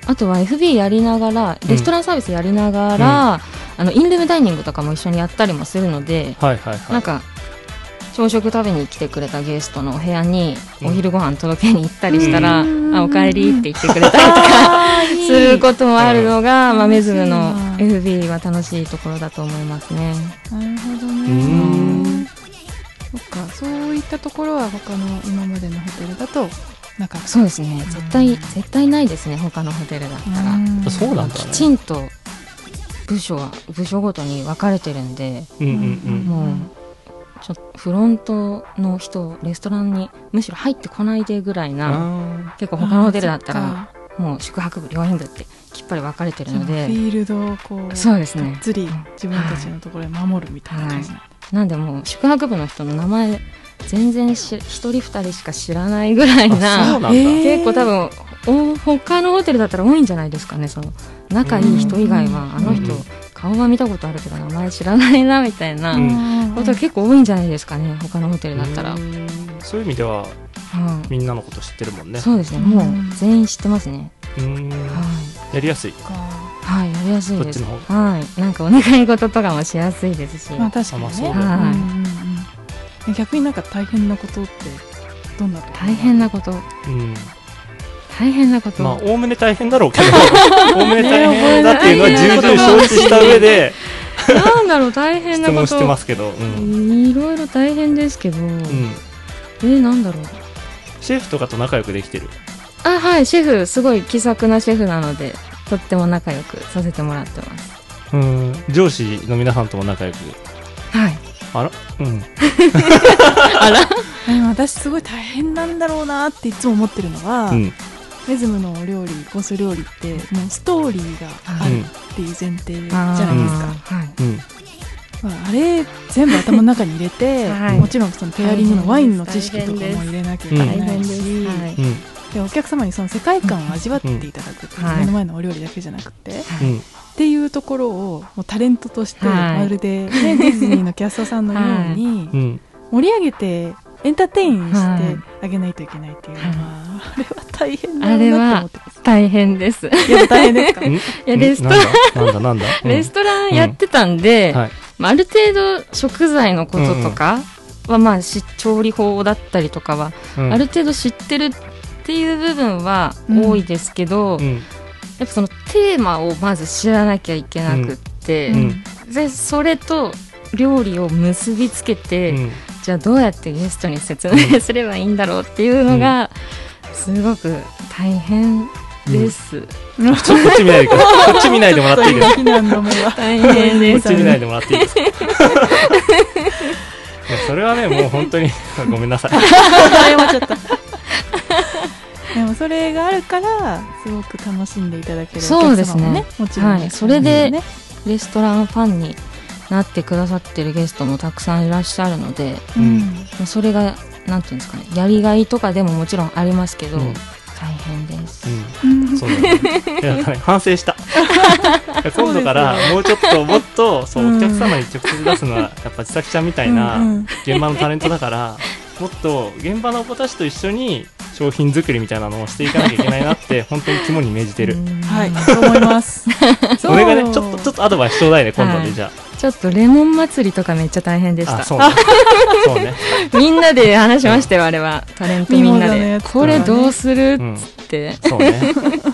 いあとは FB やりながらレストランサービスやりながら、あのインルームダイニングとかも一緒にやったりもするので、
はいはいはい
なんか朝食食べに来てくれたゲストのお部屋に
うん
お昼ご飯届けに行ったりしたら「
うん
あおかえり」って言ってくれたりとか
あーいい
することもあるのが、まあ、メズムの
楽しい
FB は楽しいところだと思いますね。
なるほど
う
ね。そっか、そういったところは他の今までのホテルだとなかっ
そうですね絶対絶対ないですね他のホテルだったら、
た。
そうなんだね
きちんと部署は部署ごとに分かれてるんで
うんうんうん
もうちょっとフロントの人レストランにむしろ入ってこないでぐらいな
あ
結構他のホテルだったら
あー
もう宿泊部料品部ってきっぱり分かれてる
そっ
の
かじゃあフ
で
ィールドをこう
そうですね
がっつり自分たちのところで守るみたいな感じなんだ
なんでもう宿泊部の人の名前全然し一人二人しか知らないぐら
あ
い
そう
な
なんだ、
えー
結構多分お他のホテルだったら多いんじゃないですかねその仲いい人以外はあの人
うん
顔は見たことあるけど名前知らないなみたいな
うん
ことが結構多いんじゃないですかね他のホテルだったら、
う
うん
そういう意味ではみんなのこと知ってるもんね
ん、そうですねも
うん
う全員知ってますね、
うん
は
やりやすい
か
い、はい、やりやすいです
こっちの
はいなんかお願い事とかもしやすいですし、
まあ確かに
あまあ
ね
そううん
う
だ
ん
よ
ね
うん。逆になんか大変なことってどんなところが
大変なこと
うん
大変なこと、
まあ、おおむね大変だろう
<laughs>
けど、おおむね大変だっていうのは重々承知した上で
なんだろう大 <laughs> 変
質
なこ
問してま
と
すけど、うん。
いろいろ大変ですけど、
うん。
えなんだろう
シェフとかと仲良くできてる。
あはいシェフすごい気さくなシェフなのでとっても仲良くさせてもらってます
うん。上司の皆さんとも仲良く。
はい
あらうん。
でも私すごい大変なんだろうなっていつも思ってるのは、
うん。
メズムのお料理コース料理ってもうストーリーがあるっていう前提じゃないですか、
かはい
うん。
まあ、あれ全部頭の中に入れて、
<laughs> はい
もちろんそのペアリングのワインの知識とかも入れなきゃいけ
うん
大
な
変
い
で
し、
すはい
うん。
でお客様にその世界観を味わっていただくっていう、
はい
目の前のお料理だけじゃなくて、っ
うん。
ていうところをもうタレントとして、
はい
まるで、ね、ディズニーのキャストさんのように
うん。
盛り上げてエンターテインして
は
あげないといけないっていうのは、あれは大変だ
あれ
なと思
は
ってます。
大変です。い
やっぱ大変ですか
うん
や、レスト
なんだなんだなんだうん
<laughs> レストランやってたんで、
はい。
まあ、ある程度食材のこととかは、まあ、し調理法だったりとかは、
うん
ある程度知ってるっていう部分は
うん
多いですけど、
うん。
やっぱそのテーマをまず知らなきゃいけなくって、
うん
でそれと料理を結びつけて、
うん
じゃあどうやってゲストに説明すればいいんだろうっていうのが、すごく大変です、
ちょっとこっち見ないでくだ
<laughs>
さい。こっち見ないでもらっていいですか
避難の目は
大変
こ
で
っ
す
ち見ないでもらっていい
<laughs>
ですかいやそれはね、もう本当に、ごめんな
<laughs>
さい。
でもそれがあるからすごく楽しんでいただけるお
そう
客
です
様
ね
もねもちろん、
はいそれで
ね、
レストランファンになってくださってるゲストもたくさんいらっしゃるので
う
うんん
まあそれがなんていうんですかねやりがいとかでももちろんありますけど、
うん
大変です、
うん、そうなんだねいやだから反省した。いや今度から
そうです
もうちょっともっとそう
うん
お客様に直接出すのはやっぱ千咲ちゃんみたい
うんう
なん現場のタレントだからもっと現場の子たちと一緒に商品作りみたいなのをしていかなきゃいけないなって本当に肝に銘じてる。
はいいそう思いますそ
お
う
願いねちょっとちょっとアドバイスちょうだいね今度
は
ね
い
じゃ
ちょっとレモン祭りとかめっちゃ大変でし
あ。あ
た
そうね。そうね。
みんなで話しましたよあれはタレントみんな
ミモザのや
で
つとかね
これどうする
うん
って、
そうね。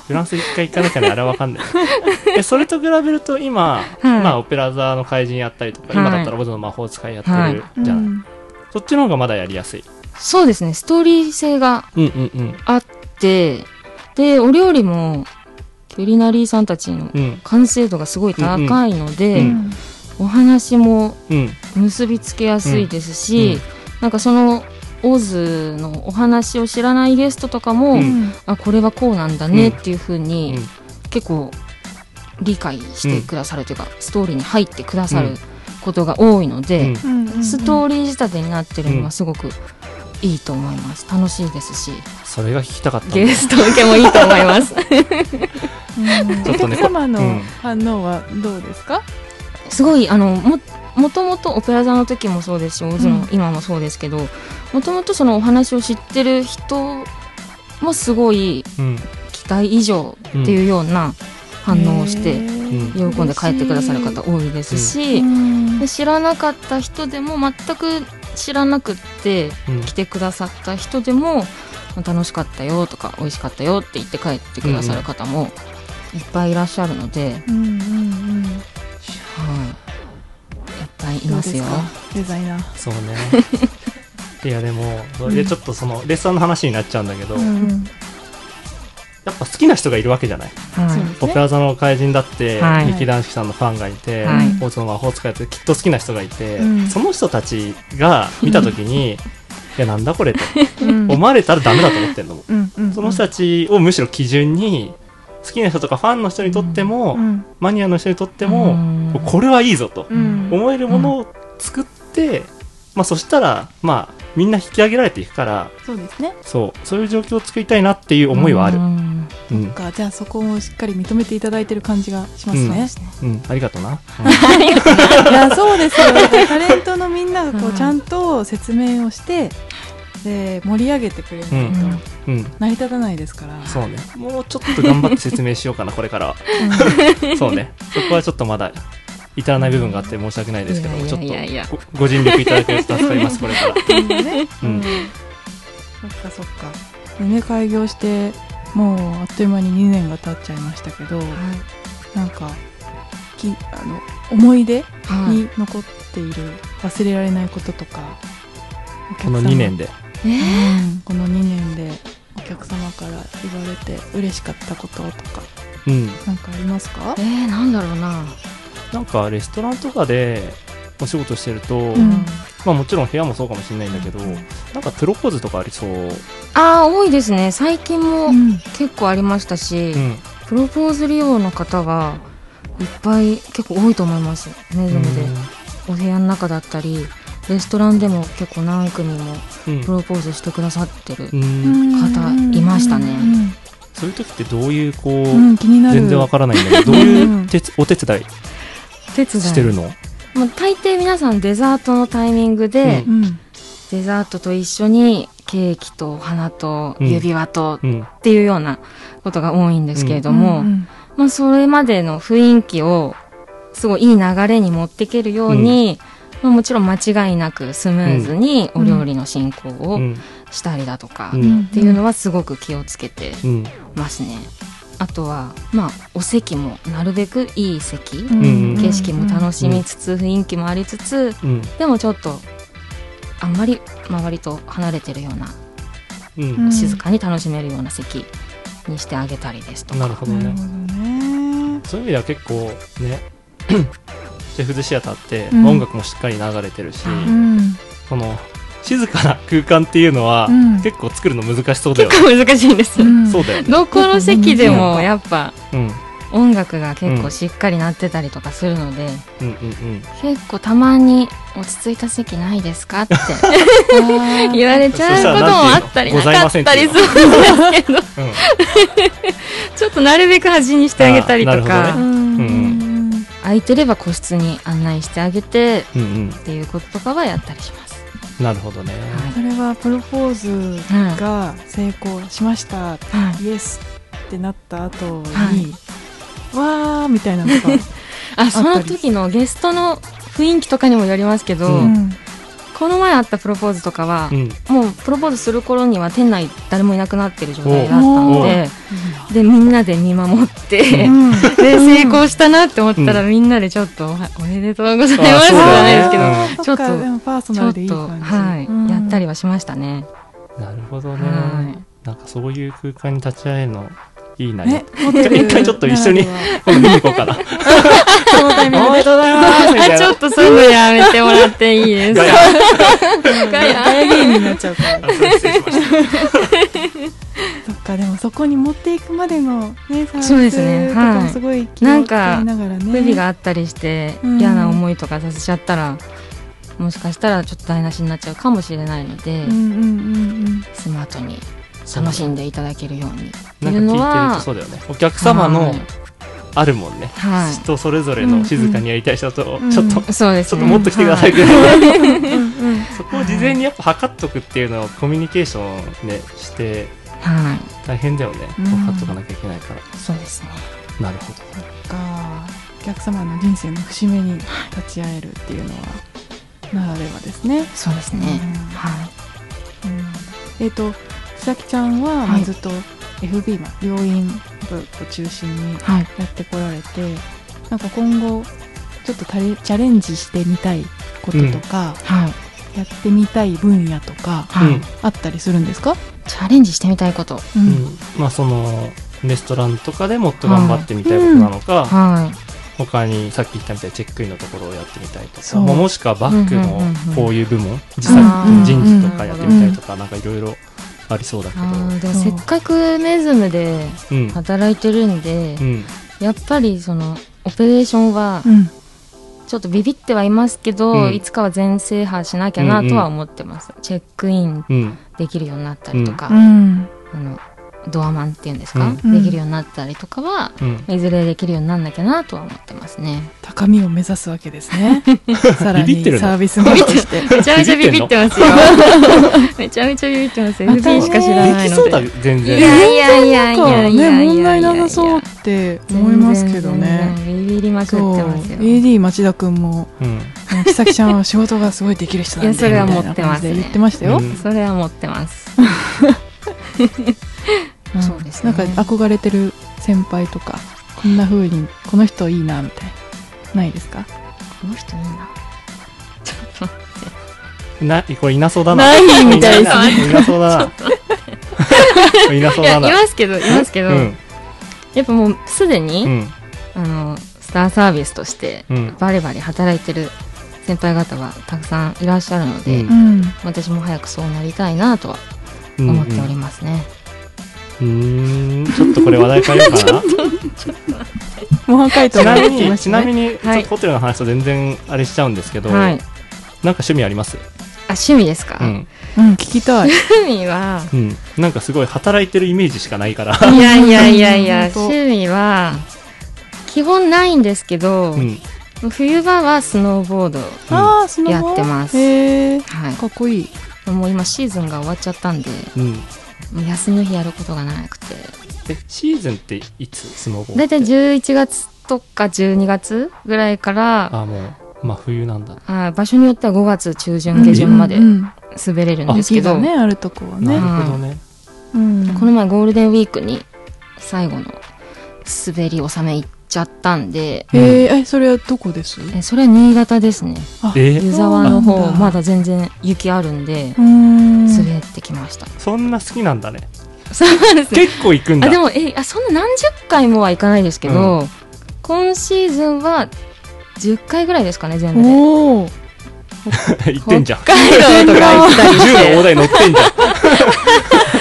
フランス一回行かなきゃね、あれはわかんない。え、それと比べると今、
はい
まあ、オペラ座の怪人やったりとか、
はい
今だったらオズの魔法使いやってるじゃない、そっちの方がまだやりやすい。
そうですねストーリー性が
うんうんうん。
あってでお料理もキュリナリーさんたちの
うん。
完成度がすごい高いので、
うんうん
お話も
うん。
結びつけやすいですし、
うんうん
なんかそのオズのお話を知らないゲストとかも、
うん
あこれはこうなんだねっていうふうに、
うん
結構理解してくださるというか、ストーリーに入ってくださることが多いので、ストーリー仕立てになってるのはすごくいいと思います楽しいですし
それが聞きたかったんだ
ゲスト受けもいいと思います
うん
ちょっとね
お客様の
うん
反応はどうですか、
すごいあのももともとオペラ座の時もそうですしオズ
うん
の今もそうですけどもともとそのお話を知ってる人もすごい
うん。
期待以上っていうような反応をして
ん
喜んで帰ってくださる方多いですし、
うん
で知らなかった人でも全く知らなくって
うん
来てくださった人でも楽しかったよとか美味しかったよって言って帰ってくださる方もいっぱいいらっしゃるので、はい
うんうんうん
いっぱいい
どう
ま
ですす
よ。
かデザイナー
そうね。いや、でも、それでちょっとその、レッサーの話になっちゃうんだけど、やっ
ん
ぱ好きな人がいるわけじゃない。
は
そう
い
です
オ
ね
ペラ座の怪人だって、
はい
劇団四季さんのファンがいて、
はい
大津の魔法使いってきっと好きな人がいて、
うん
その人たちが見た時にいやなんだこれって
うん
思われたらダメだと思ってんのも
うんうん
その人たちをむしろ基準に好きな人とかファンの人にとっても、
うん
マニアの人にとって
う
も、
ん
これはいいぞと
うん
思えるものを作って、まあ、そしたら、まあ、みんな引き上げられていくから
そうですね
そうそういう状況を作りたいなっていう思いはある
う。ん
うん
そっかじゃあそこもしっかり認めていただいてる感じがしますね、
うんありがとうな、
いやそうですよだからタレントのみんながこうちゃんと説明をしてで盛り上げてくれないと
うんうんうん、
成り立たないですから、
そうね。もうちょっと頑張って説明しようかな、これからは。そうね。そこはちょっとまだ至らない部分があって申し訳ないですけども、
い
ちょ
やいやいや
っとごご尽力いただけると助かります、これから。
うんね
う
うん
ん
そっかそっかでね開業してもうあっという間に2年が経っちゃいましたけどなんかきあの思い出
はい
に残っている忘れられないこととかお客
こ
様
の2年で。
うんこの2年でお客様から言われて嬉しかったこととか
うん。
なんかありますか
えー、なんだろうな、
なんか、レストランとかでお仕事してると、
ん
まあもちろん部屋もそうかもしれないんだけど、なんかプロポーズとかありそう。
ああ多いですね最近
う
も
ん
結構ありましたし、
うん。
プロポーズ利用の方がいっぱい結構多いと思いますメゾンで、お部屋の中だったりレストランでも結構何組も
うん
プロポーズしてくださってる、
うん
方いましたね
そういう時ってどういう、こう、
うんうん気になる
全然わからないんだけど、どういう手つお手伝い
手伝い
してるの
もう大抵皆さんデザートのタイミングで、
うん
デザートと一緒にケーキと花と指輪と
うん。
っていうようなことが多いんですけれども、
うん
まあ、それまでの雰囲気をすごいいい流れに持っていけるように、まあ、もちろん間違いなくスムーズにお料理の進行
う
を
ん。
したりだとか、
う
っ
ん。
ていうのはすごく気をつけて
うん。
ますね。あとはまあお席もなるべくいい席、
ん
景色も楽しみつつ、雰囲気もありつつ
うん
でもちょっとあんまり周りと離れてるような
うん
うん
静かに楽しめるような席にしてあげたりですとか、
なるほどね、
なるほどね
そういう意味では結構ね <clears throat> ジェフズシアターって
うん
音楽もしっかり流れてるし、
うん
その静かな空間っていうのは、
うん
結構作るの難しそうだよね
結構 <laughs> 難しいんです、
うん
そうだよね
どこの席でもやっぱ
うん
音楽が結構しっかり鳴ってたりとかするので、
うんうん
結構たまに「落ち着いた席ないですか?」って言われち
そし
ゃ
た
う
ら
こともあったり
なんて
な
言うの
かったりするんですけど
うんうん
ちょっとなるべく端にしてあげたりと
あーなる
う
ほ
か、
ど
ん
う
う
ん
ん
空いてれば個室に案内してあげて
うんうん
っていうこととかはやったりします。
なるほどね、
はい
それはプロポーズ
はい
が成功しました
はい
イエスってなった後に、
はい
わーみたいなのが、
あその時のゲストの雰囲気とかにもよりますけど、
う
うん
この前あったプロポーズとかは
う、ん
もうプロポーズする頃には店内誰もいなくなってる状態だったのででみんなで見守って、
うん
で <laughs> 成功したなって思ったら、
う
みんなでちょっとお「おめでとうござい
あ
ます」じ
そう
ゃ
だ
ない
ね
ですけど、
うん
そっか
ちょっと
でもパーソ
ち
ナ
ょ
ル
っ
でいい
と
感じ、
はい、
うん
やったりはしましたね。
なるほどね、
は
なんかそういう空間に立ち会えるのいいな
ね
よ一回ちょっと一緒に
ホテルならでは
今度見に行こうかな
そのタイミング
おめでとうございますみたい
い、
な
ちょっとそういうのやめてもらっていいです
ガ
か
ヤ
<laughs>
でガヤ芸人になっちゃうから
あそう失礼しました
そっかでもそこに持っていくまでのねサービ
そうです
ス
ね
とかもすごい気
は
を
い
使いながらね
不備があったりして
うん
嫌な思いとかさせちゃったら、もしかしたらちょっと台無しになっちゃうかもしれないので、
うんうんうん
スマートに <laughs> 楽しんでいただけるようにって
<laughs> ないん
うの
か聞いてる
は
とそうだよねお客様の
はい
あるもんね、
はい
人それぞれの静かにやりたい人と、
うん
ちょっと、
うん
ち
そうです
ょっ
ね
ともっと来てください
は
ぐら
<laughs>
い、
うんうん
そこを事前にやっぱ測っとくっていうのをコミュニケーションねして
はい、
大変だよね、
うん
測っとかなきゃいけないから
そうですね
なるほど
がお客様の人生の節目に立ち会えるっていうのはならではですね。
そうですね、
うん
はい
えっ、と千咲ちゃんは、まあ
はい
ずっと FB まあ病院部を中心に
はい
やってこられてなんか今後ちょっとタレチャレンジしてみたいこととか、
はい
やってみたい分野とか
はい、
うん
あったりするんですか、
チャレンジしてみたいこと
う
うんまあそのレストランとかでもっと頑張ってみたいことなのか、
は
他にさっき言ったみたいにチェックインのところをやってみたいと
そ
か、
う
まあもしくはバック
うんうんうんうん
のこういう部門、実
あ
ー
際人事とかやってみたりとか、なんかいろいろありそうだ
い
けど、
あーでも
そ
せ
う
っかくメズムで
うん、
働いてるんで、
うん、
やっぱりそのオペレーションは
うん
ちょっとビビってはいますけど、
うん
いつかは全制覇しなきゃなとは思ってます、チェックイン
うん、
できるようになったりとか、
うん
あのドアマンっていうんですか、
うん
できるようになったりとかは
うん、
いずれできるようにならなきゃなとは思ってますね
高みを目指すわけです
<laughs>
ねさら
ビビ
に
ってるの
サービスもして
めちゃめちゃビビってますよめちゃめちゃビビってます FB しか知らない
でき
の
そう
で
だ全
いや
然
いやいやいやいやいやいや
ね問題なさそうって思いますけど
全然
ね
全然ビビりまく
そう
ってますよ
AD 町田君も
うん
もう木崎ちゃんは仕事がすごいできる人なんで
いやそれは持ってま
みたいな感
すね
じで言ってましたよ、
うん
それは持っ
<laughs>
てます
ん
そうですね
なんか憧れてる先輩とかこんな風にこの人いいなみたいなないですか
この人いいなちょっと待って
なこれいなそうだな
ないみたいです
ねいなそうだなこれいなそう
いや
だ
い
な
ますけどいますけど、
うん
やっぱもうすでに、
うん
あのスターサービスとして
うん
バリバリ働いてる先輩方はたくさんいらっしゃるの
う
で、
ん
うん
私も早くそうなりたいなとは
うん
思っておりますね、
うんちょっとこれ話題変えようかな
もう書いて
ち
もら
な
っ
み
てき
に
まし
ち
た
な
ね
みにちょっとホテルの話と全然あれしちゃうんですけど、
はい
なんか趣味あります、
あ趣味ですか、
うん
うん聞きたい
趣
<laughs>
味は
うん、なんかすごい働いてるイメージしかないから、
いやいやいやいや
本当
趣味は基本ないんですけど、
うん、
冬場はスノーボード
ああスノボ
やってます
へえ
はい
かっこいい
もう今シーズンが終わっちゃったんで
うん、
もう休みの日やることがなくて
えシーズンっていつスノボ
大体11月とか12月ぐらいから
あもう真冬なんだ
あ場所によっては5月中旬下旬まで
うんうん
滑れるん
うん
ですけ
雪
ど、
がねあるとこはね
なるほどね、
うん
この前ゴールデンウィークに最後の滑り納め行っちゃったんで、
えー、えそれはどこです
えそれは新潟ですね。
あ
え
湯沢の
そう
方
なんだ
まだ全然雪あるんで
うーん
滑ってきました。
そんな好きなんだね
そうなんですね。
結構行くんだ
あでもえあそんな何十回もはいかないですけど、今シーズンは10回ぐらいですかね全部で。
おお
<laughs> 行ってんじゃん
北海道とか行ったりし
銃
て
の大台乗ってんじゃん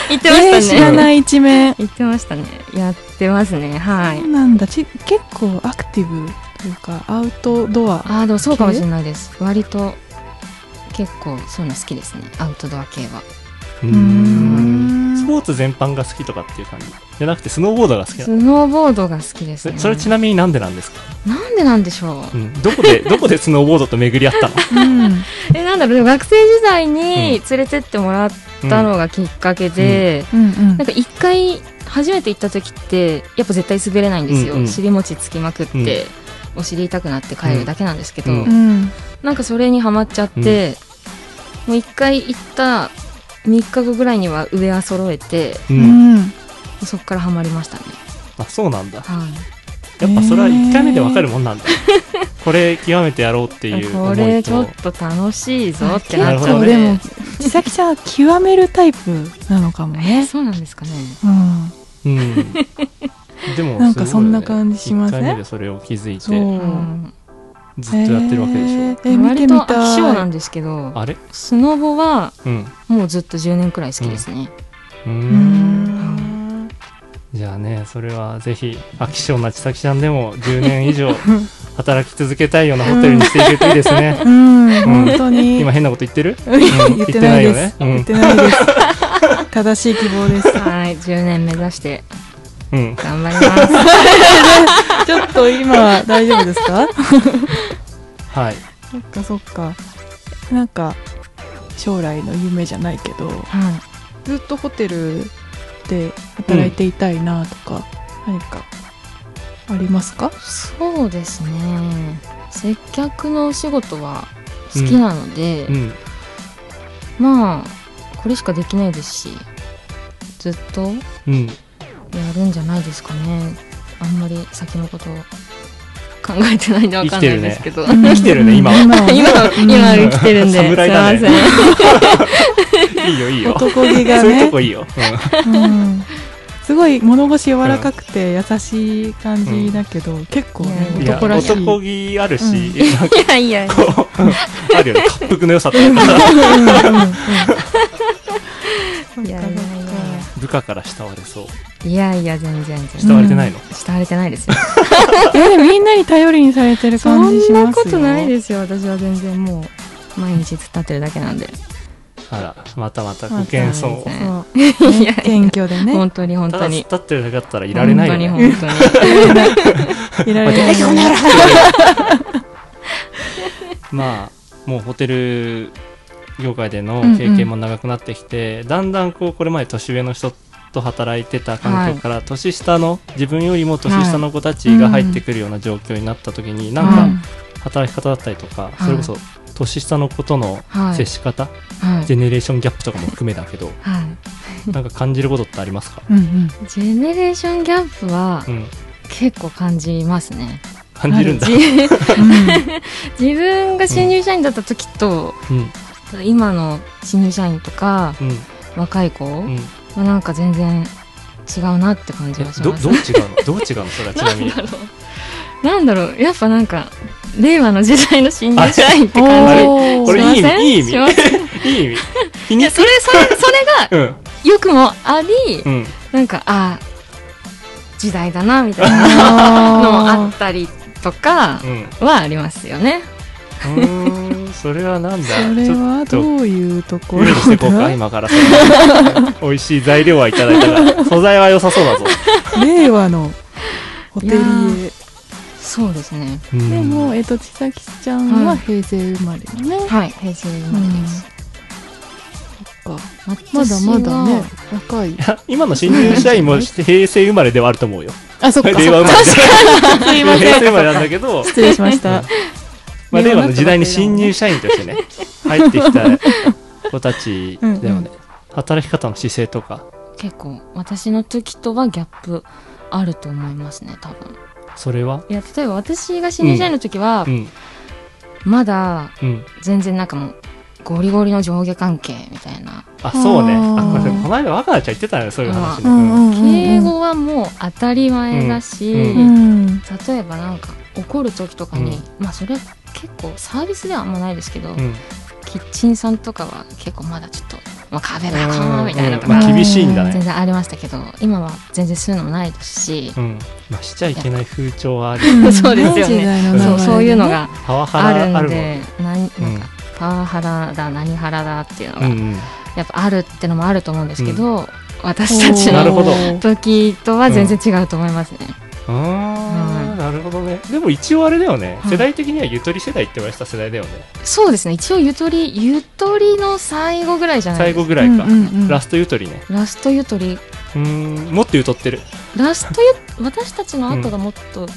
行ってましたね。
えー知らない一面
言ってましたねやってますねはい
そうなんだち結構アクティブというかアウトドア
ああでもそうかもしれないです割と結構そういうの好きですねアウトドア系は
う
うー
ん
ん
スポーツ全般が好きとかっていう感じじゃなくてスノーボードが好きな
スノーボードが好きです
そ
ね
それちなみになんでなんですか、
なんでなんでしょう
うん、どこでどこでスノーボードと巡り合ったの
<laughs>
うん
えなんだろうでも学生時代に連れてってもらったのがきっかけで、
うんうん
なんか一回初めて行った時ってやっぱ絶対滑れないんですよ、
うんうん
尻餅つきまくって、お尻痛くなって帰るだけなんですけど、
うん
うん
なんかそれにはまっちゃって、もう一回行った3日後ぐらいには上は揃えて
う、
うんん
そこからはまりましたね、
あそうなんだ
はい
やっぱそれは1回目でわかるもんな
<laughs>
んだ、これ極めてやろうっていう
こ
思
れ
い
ちょ
と
っと楽しいぞって
結
なっちゃう
構
ね
でも千咲ちゃんは極めるタイプなのかも
え
ね、
そうなんですかね
うん、
うんでも
なんかそんな感じしませ
1回目で
ん
それを気づい
そう
て
うん
ずっとやってるわけでし
え
ょ、
ーえ見て
割
み
と
たい
飽き性なんですけど
あれ
スノボは
うん
もうずっと10年くらい好きですね、
うー
うんん
じゃあねそれはぜひ飽き性な千咲ちゃんでも10年以
<laughs>
上働き続けたいようなホテルにしていけるといいです
<laughs>
ね
うん本当に
<laughs> 今変なこと言ってる、
うん
うん
言ってないです
言
言
っ
っててないです正しい希望です
はい10年目指して
うん、
頑張ります
ちょっと今は大丈夫ですか
はい
そっかそっかなんか将来の夢じゃないけど
はい
ずっとホテルで働いていたいなとか、何かありますか
そうですね接客のお仕事は好きなので、
うん
まあこれしかできないですしずっと
うん
やるんじゃないですかねあんまり先のことを考えてないんでわかんないですけど、
生きてるね今は
うんは
今今生きてるんで、すい
侍だ
ま
ね
せん
いいよいいよ
男気が
<laughs> そういう
ね
とこいいよ、
うんすごい物腰柔らかくて優しい感じだけど、結構ね
うん、いや
男らしい
男気あるし、
うん
なんか
いやいや
こうあるよね滑腹の良さと
うんうんうん
いやいやい
部下から慕われそう
やいやいや全然全
慕
然
われてないの、
慕われてないですよ
いやでもみんなに頼りにされてる
<laughs> そ
感じし
ん
ますよ
なことないですよ私は全然もう毎日突っ立ってるだけなんで、
あらまたまたご謙遜を
そ
ま
うね
いやいや
謙虚でね
本当に本
た
当
だ突っ
に
立ってるだけだったらいられないよね
本当に本当に
いられないよね
まあもうホテル業界での経験も長くなってきて、だんだんこうこれまで年上の人と働いてた環境から、年下の自分よりも年下の子たちが入ってくるような状況になった時に、な
はい
んか働き方だったりとか、それこそ年下の子との
は
<laughs>
い
接し方、
はい
ジェネレーションギャップとかも含めだけど
はい
なんか感じることってありますか、
うんうん
ジェネレーションギャップは
うん、
結構感じますね。
感じるんだ、
じ
うん
自分が新入社員だった時と、
うん
今の新入社員とか
うん
若い子は
うん、
なんか全然違うなって感じ
え
がし
ど
ます。
どう違うのどう違うのそれはちなみに
なんだろうなんだろうやっぱなんか令和の時代の新入社員って感じ。
お
こ
ー
れ
しません
いい意味
しません
いい意味気
い
に
やそれそれそれが
うん
良くもあり、
うん
なんかあー時代だなみたいなのもあ
あ
ったりとか
うん
はありますよね。
うーん、それはなんだ。
ーそれは
ちょっと
どういうとこ
料
ろ
理していこうか、
だ
今から。 <laughs> 美味しい材料はいただいたから、素材は良さそうだぞ。
令和のホテリ
いや
エ
そうですね。
で
でも、、えっと千咲ちゃん
は
はい平成生まれね、
はい、平成生まれです。
そっか
私
まだ
は
まだね若い
今の新入社員も平成生まれではあると思うよ。
あそっか
<laughs> 令和生まれじゃ
すい
な
ま
い。平成
せ
生
ん
まれなんだけど、
失礼しました
まあ、令和の時代に新入社員としてね、入ってきた子たちだよね。
うんうん
働き方の姿勢とか。
結構私の時とはギャップあると思いますね多分
それはい
や例えば私が新入社員の時は
う、ん
まだ
うん
全然なんかもうゴリゴリの上下関係みたいな
あそうね
あ
あ
ー
これこの間若菜ちゃん言ってたねそういう話ね、うん
敬語はもう当たり前だし、
うん
う
うん
例えばなんか怒る時とか
う
に、
ん
まあそれは結構サービスではあんまないですけど、
うん
キッチンさんとかは結構まだちょっと、まあ、壁がこうみたいなと
うんま
か
あ、厳しいんだ
全
ね、
然ありましたけど今は全然そういうのもないですし、
うんまあ、しちゃいけない風潮はある
うん
そうですよね
時代の流れでね
そうそういうのが
パワハ
ある
ラあ
ん
るもん
で何
う
なんんかパワハラだ何ハラだっていうの
う
が
ん
やっぱあるってのもあると思うんですけど、私たち
なる
の
ほど
時とは全然違うと思いますね。
うんあーなるほどねでも一応あれだよね
はい
世代的にはゆとり世代って言われてた世代だよね
そうですね一応ゆとりゆとりの最後ぐらいじゃな
最
いですか
後ぐらいか
うんうんうん
ラストゆとりね
ラストゆとり
うーんもっとゆとってる
ラストゆ私たちの後がもっとよ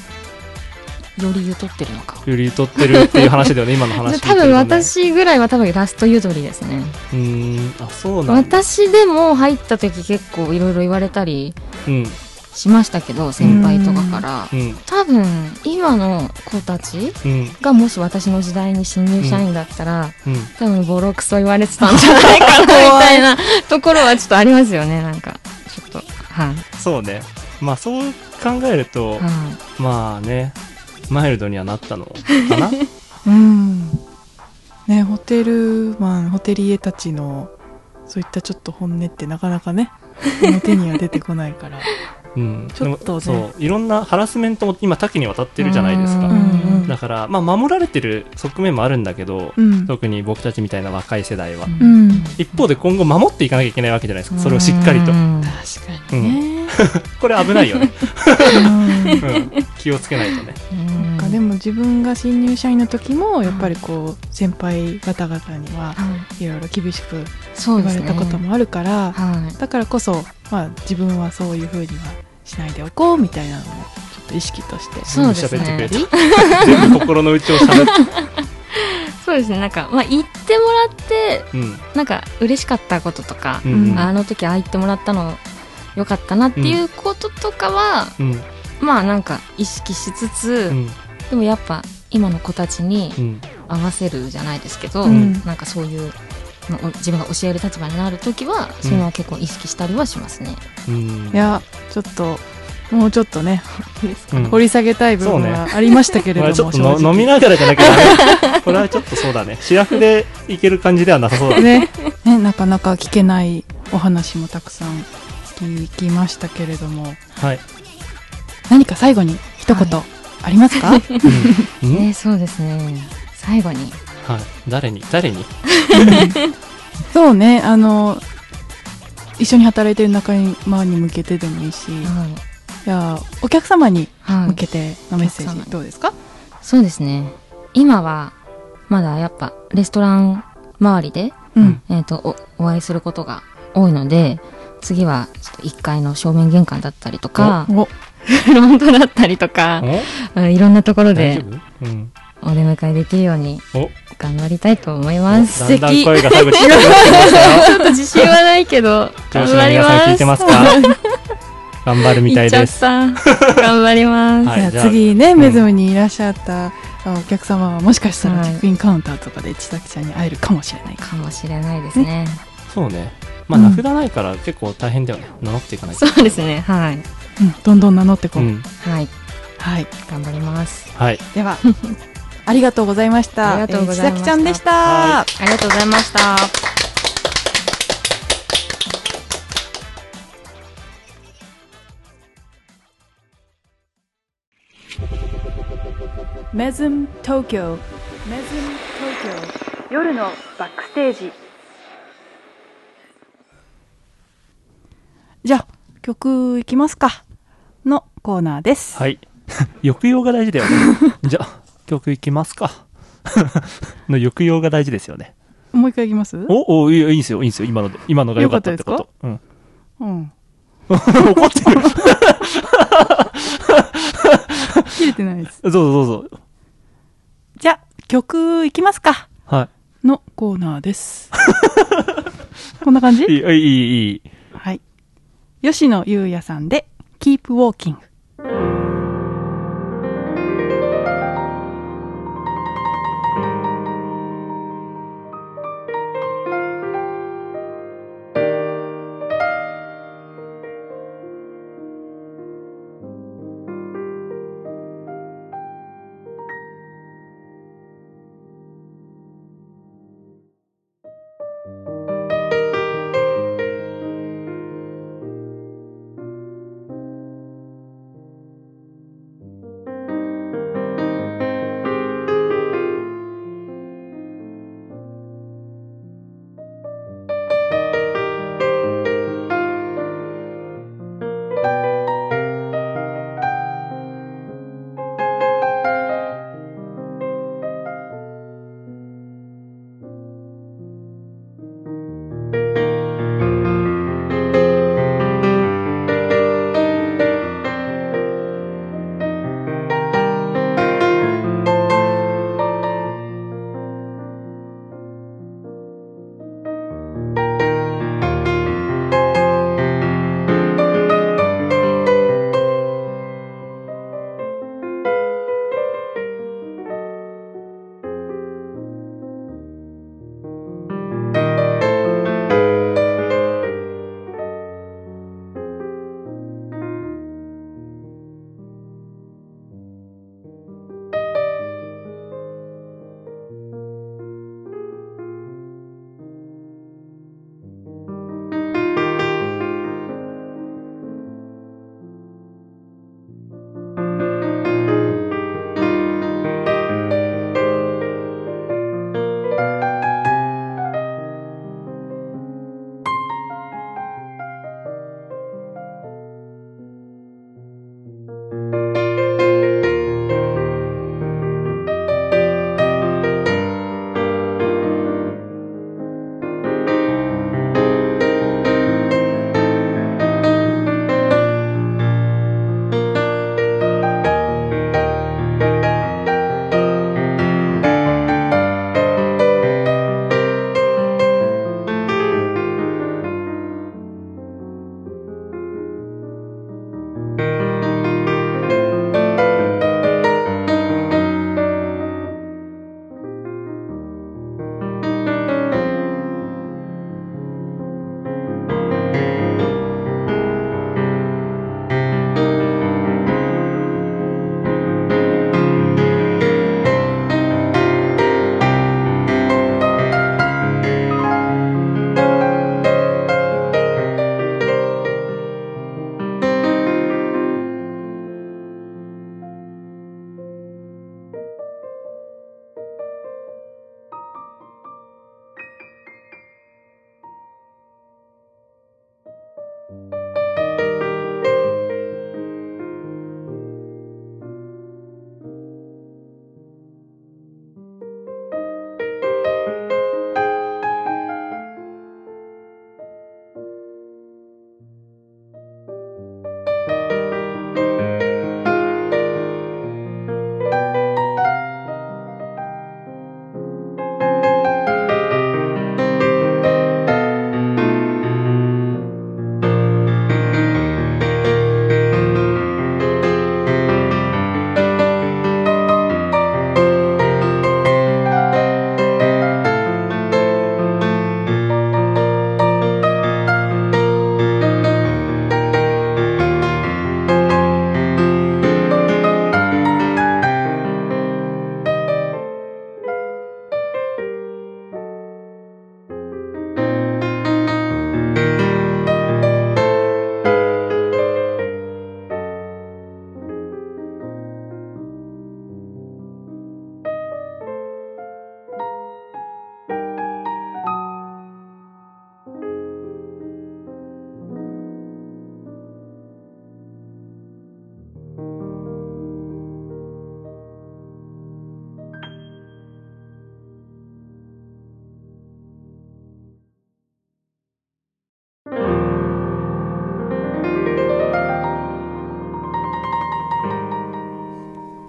りゆとってるのか、
よりゆとってるっていう話だ
<laughs>
よね今の話
多分私ぐらいは多分ラストゆとりですね
うーんあそうなんだ
私でも入った時結構いろいろ言われたり
うん
しましたけど先輩とかから
うん
多分今の子たち
うん
がもし私の時代に新入社員だったら、
うん
多分ボロクソ言われてたんじゃないかなみたいなところはちょっとありますよねなんかちょっとはい、
そうねまあそう考えると
はい
まあねマイルドにはなったのか
<laughs>
な
うんねホテルマンホテリエたちのそういったちょっと本音ってなかなかね <laughs> 表には出てこないから
うん
ちょっとね
でもそういろんなハラスメントも今多岐にわたってるじゃないです
う
か
んうん
だからまあ守られてる側面もあるんだけど
うん
特に僕たちみたいな若い世代は
うん
一方で今後守っていかなきゃいけないわけじゃないですかそれをしっかりと
うん
確か
に
ね、
これ危ない
<laughs>
よね
うん
うん気をつけないとね
なんかでも自分が新入社員の時もやっぱりこう先輩方々には
はい
ろいろ厳しく
そう
言
で
わ
す
れ
ね
たこともあるから、
はい
だからこそ、まあ、自分はそういうふうにはしないでおこうみたいなのもちょっと意識として
そうですね
全部喋ってくれた全部心の内をしゃべって
そうですねなんか、まあ、言ってもらって
うん
なんか嬉しかったこととか、
うんうん
あの時ああ言ってもらったのよかったなっていうこととかは、
うん
まあなんか意識しつつ、
うん
でもやっぱ今の子たちに
うん
合わせるじゃないですけど、
うん
なんかそういうまあお自分が教える立場になる時はそういうのは結構意識したりはしますね。
うん
いやちょっともうちょっとね
うん
掘り下げたい部分
そう
はありましたけれども、
こ <laughs> れちょっと
正直
の飲みながらじゃなきゃダメ <laughs> これはちょっとそうだね主役でいける感じではなさそうだね
ねねなかなか聞けないお話もたくさん聞きましたけれども
はい、
何か最後に一言ありますか、
うんうん
ねそうですね最後に
はい、誰に誰に
そうねあの一緒に働いてる仲間に向けてでもいいし、い
はい
やお客様に
はい
向けてのメッセ
お
ー
客様
ジ
に
どうですか、
そうですね。今は、まだやっぱ、レストラン周りで、
うん
えっ、とお、お会いすることが多いので、次は、ちょっと1階の正面玄関だったりとか、
お
フロントだったりとか、
お
うんいろんなところ
大
で
丈夫、うん、
お出迎えできるように
お
頑張りたいと思い
だ
ます。素
んだん
敵。ちょ
声が最後に聞こえてきました
<laughs>
よ
っと自信はないけど、
上
頑
司の
張り
皆さん聞
ま
いて
す。 <laughs>
ますか頑張るみたいです
行っち
<laughs>
ゃった。頑張ります。
はい
じゃあ
じゃあ
次ね、
うん
メズムにいらっしゃったあお客様はもしかしたら
はい
チェックインカウンターとかで千咲ちゃんに会えるかもしれないか
かもしれないですね。
そうねまあ
うん
名札ないから結構大変だよね名乗っていかないと
そうですね。はい。
ら、うん、どんどん名乗ってこ
う
う、
ん
はい。
はい
頑張ります。
はい
では <laughs> ありがとうございました
ありがとうございまし
え
た
ー千咲ちゃんでした、
は
ありがとうございました。
メズム東京メズム東京夜のバックステージじゃあ曲いきますかのコーナーです、
はい <laughs> 抑揚が大事
<laughs>
だよねじゃあ曲いきますか <laughs> の抑揚が大事ですよね
もう一回いきます
おおいいよいいんですよいいんですよ今ので今のが良かったってこと
良か
うん
うん
<laughs> 怒ってる
切れてないです
どうぞどうぞ
じゃあ曲いきますか
は
のコーナー <laughs> です。こんな感
いい
じ
いいいいいい
はい。吉野優也さんで、キープウォーキング。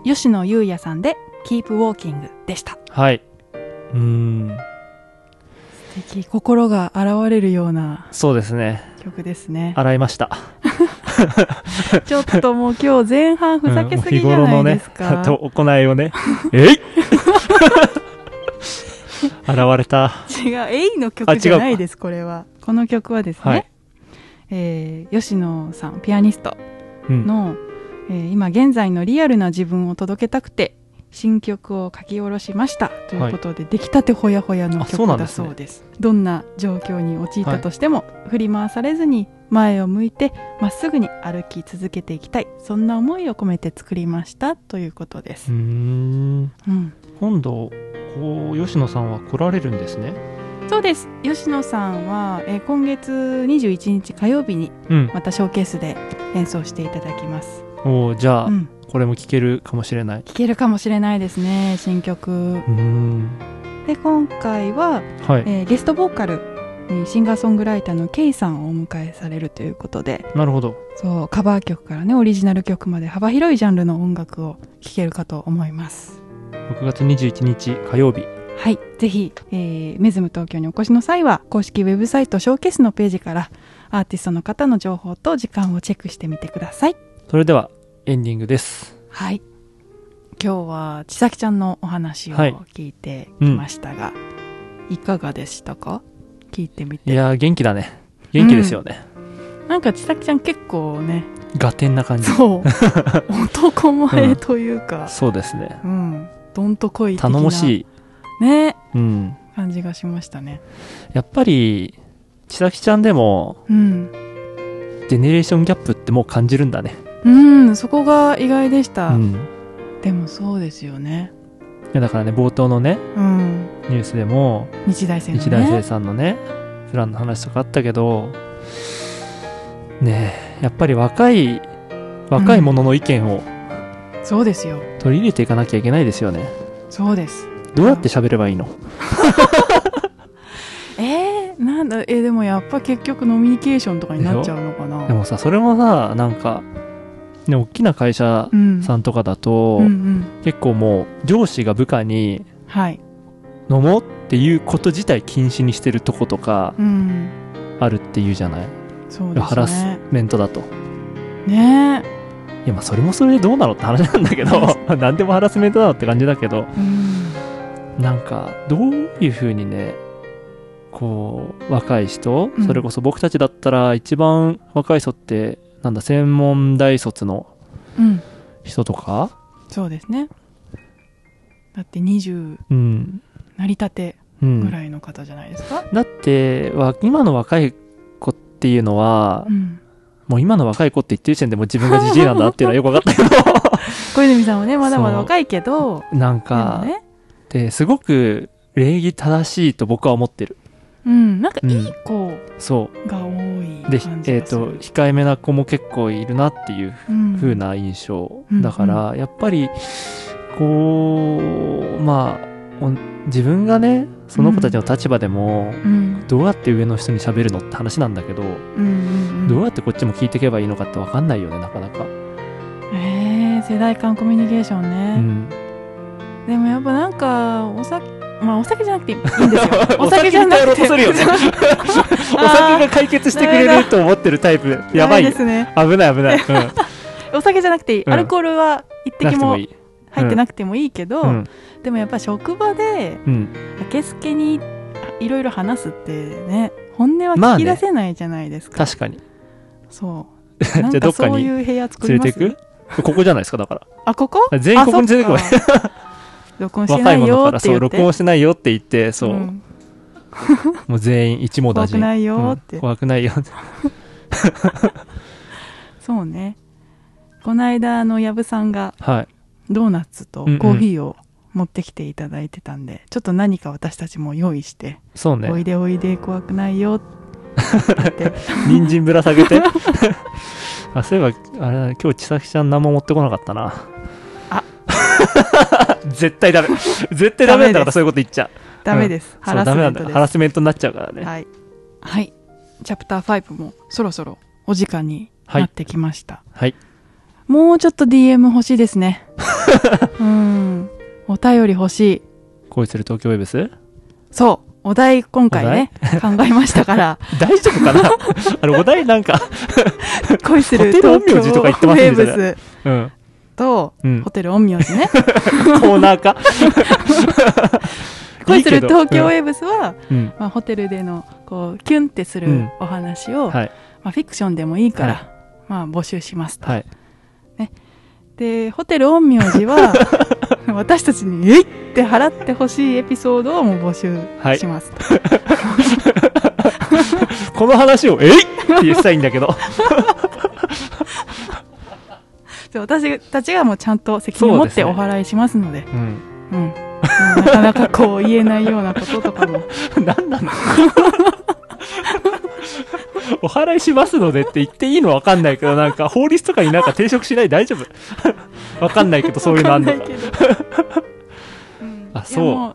吉野優也さんで「キープウォーキング」でした
はい。うーん。
素敵心が洗われるような
そうですね。
曲ですね
洗いました。
ちょっともう今日前半ふざけすぎじゃないですか。
うん日頃
<laughs>
のね、行いをね、えい <laughs> 現れた。
違う、エイの曲じゃないです、これは。この曲はですね、
はい
えー吉野さん、ピアニスト
うん。
の、えー今現在のリアルな自分を届けたくて、新曲を書き下ろしましたということで、出来たてほやほやの
あそうな
曲
んで
だ
すね
そうですどんな状況に陥ったとしても、振り回されずに前を向いてまっすぐに歩き続けていきたいそんな思いを込めて作りましたということで
う
す
ー、ん。
うん、
今度、こう、吉野さんは来られるんですね。
そうです吉野さんは、えー今月21日火曜日に
うん。
またショーケースで演奏していただきます、
おーじゃあ、
うん、
これも聞けるかもしれない。
聴けるかもしれないですね新曲
うーん。
で今回は、
はい。
えーゲストボーカルにシンガーソングライターのケイさんをお迎えされるということで
なるほど。
そうカバー曲からねオリジナル曲まで幅広いジャンルの音楽を聴けるかと思います
6月21日火曜日。
はい、ぜひ、えーメズム東京にお越しの際は公式ウェブサイトショーケースのページからアーティストの方の情報と時間をチェックしてみてください。
それでは、エンディングです。
はい、今日は千咲ちゃんのお話を
はい
聞いてきましたが、いかがでしたか聞いてみ
い
て。
やー、元気だね。元気ですよね。
なんか千咲ちゃん結構ね、
合点な感じ。 <laughs>
そう、男前というか、
そうですね。
うん、どんとこい的な
頼もしい。
ね、
うん。
感じがしましたね。
やっぱり、千咲ちゃんでも、
うん。
ジェネレーションギャップってもう感じるんだね。
うん、そこが意外でした。
うん。い
でもそうですよね。
やだからね、冒頭のね、
うん。
ニュースでも、
日大生のね
日大生さんのね、プランの話とかあったけど、ねえ、やっぱり若い、若い者の意見を
そうですよ
取り入れていかなきゃいけないですよね。
そうです
どうやって喋ればいいの
えー、なんだえーでもやっぱ結局ノミニケーションとかになっちゃうのかな
でもさ、それもさ、なんか、ね、大きな会社
うん
さんとかだと、
うんうん
結構もう、上司が部下に、
はい
飲もうっていうこと自体禁止にしてるとことか
うん
あるっていうじゃない、
そうです
ハラス
ね
メントだと。
ね
いや、まあ、それもそれでどうなのって話なんだけど、 <laughs> 何でもハラスメントなのって感じだけど、
えうん
なんか、どういうふうにね、こう、若い人、
うん
それこそ僕たちだったら、一番若い人って、なんだ、専門大卒の
うん
人とか、
そうですねだって20
うん、
成り立て
うん。
ぐらいの方じゃないですか
だって、わ今の若い子っていうのは
う、ん
もう今の若い子って言ってる時点でもう自分がじじいなんだなっていうのはよくわかったけ
<laughs>
ど、
小泉さんはねまだまだ
そう
若いけど
なん
でも
か、
ね
ですごく礼儀正しいと僕は思ってる。
うんなんか
うん
いい子
そ。
が多いう
で、
感じ
えっ、
がす
と、
る
控えめな子も結構いるなっていう
うん
風な印象。
うん
だから、やっぱり、こう、まあ、お自分がね、その子たちの立場でも、
うん
どうやって上の人に喋るのって話なんだけど、
うんうんうん
どうやってこっちも聞いていけばいいのかってわかんないよね、なかなか。
えー、世代間コミュニケーション
う
ね、
ん。
でもやっぱなんかお酒まあお酒じゃなくていいんですよ
<laughs> お酒じゃなくて。お酒
あ
が解決してくれると思ってるタイプ。
ー
<laughs> やば
ダ
い
メ
よ
で。すね
危ない危ない。
<laughs>
うん。
お酒じゃなくていい、
うん
アルコールは一
なく
滴
て
も
もいい。
入ってなくてもいいけど、
うん。
でもやっぱ職場で
うん。
あけすけにいろいろ話すってね本音は
まあ
聞き
ね
出せないじゃないですか,、
確かに。
そうな
<laughs> じ
ん
ゃあど
か
っか
そう
に
いう部屋作り
連れ
ま
て
す
いくここじゃないですか、だから。
あここ
全国に連れてこい
あそっか録音して
<laughs> 若
ないい
者
よ
か
っ
ら、
て
そ
言っ
う、
て
録音してないよって言って、そう、
ん
もう全員一網打
怖
尽。
くないよって
うん怖くないよって。
そうね。この間、あの、やぶさんが
はい。
ドーナツと
う
コ
んうん
ーヒーを持ってきていただいてたんで、ちょっと何か私たちも用意して、
そう
おい
ね。
でおいで怖くないよって言って、
人参ぶら下
<laughs>
げて。あ、そういえば、あれだね今日、千咲ちゃん何も持ってこなかったな。
あ
<laughs> 絶対ダメ。絶対ダメな
ダメ
んだか
で
ら、
す
そういうこと言っちゃう。
ダメです。ハ
そう、
ラ
ダ
ス
メ
メ
なん
ン
だ
ト
よ
です。
ハラスメントになっちゃうからね。
はい。はい。チャプター5もそろそろお時間になってきました。
はい。
もうちょっと DM 欲しいです
<laughs>
ね。うん。お便り欲しい。
恋する東京ウェブス
そう。お題今回ね、考えましたから、
大丈夫
<laughs>
かなあれ、お題なんか、
恋する
ホテ
東
ル陰陽師とか言って
京
ます
名
ねみたい
物
うん。
と、
うん
<laughs> ホテル陰陽師ね。
コーナーか。
恋する東京ウ
へ。
ェーブスは、
うん。
まあ、ホテルでのこうキュンってす
う
る
ん
お話を、
はい。
まあ、フィクションでもいいから、
は
まあ、募集しますと。
はい。
でホテル陰陽師
<laughs>
は私たちに「えい!」って払ってほしいエピソードをもう募集しますと、
この話を、えいってしたいんだ
<laughs>
けど。
で私たちがもうちゃんと責任を持ってお払いしますので
うん。
うん、もうなかなかこう言えないようなことと
<laughs>
かも
なんなのお払いしますのでって言っていいのわかんないけど、なんか法律とかになんか抵触しない大丈夫 <laughs> わかんないけど、そういうのあんの
わかんないけど、うんい
あ
や
そう
もう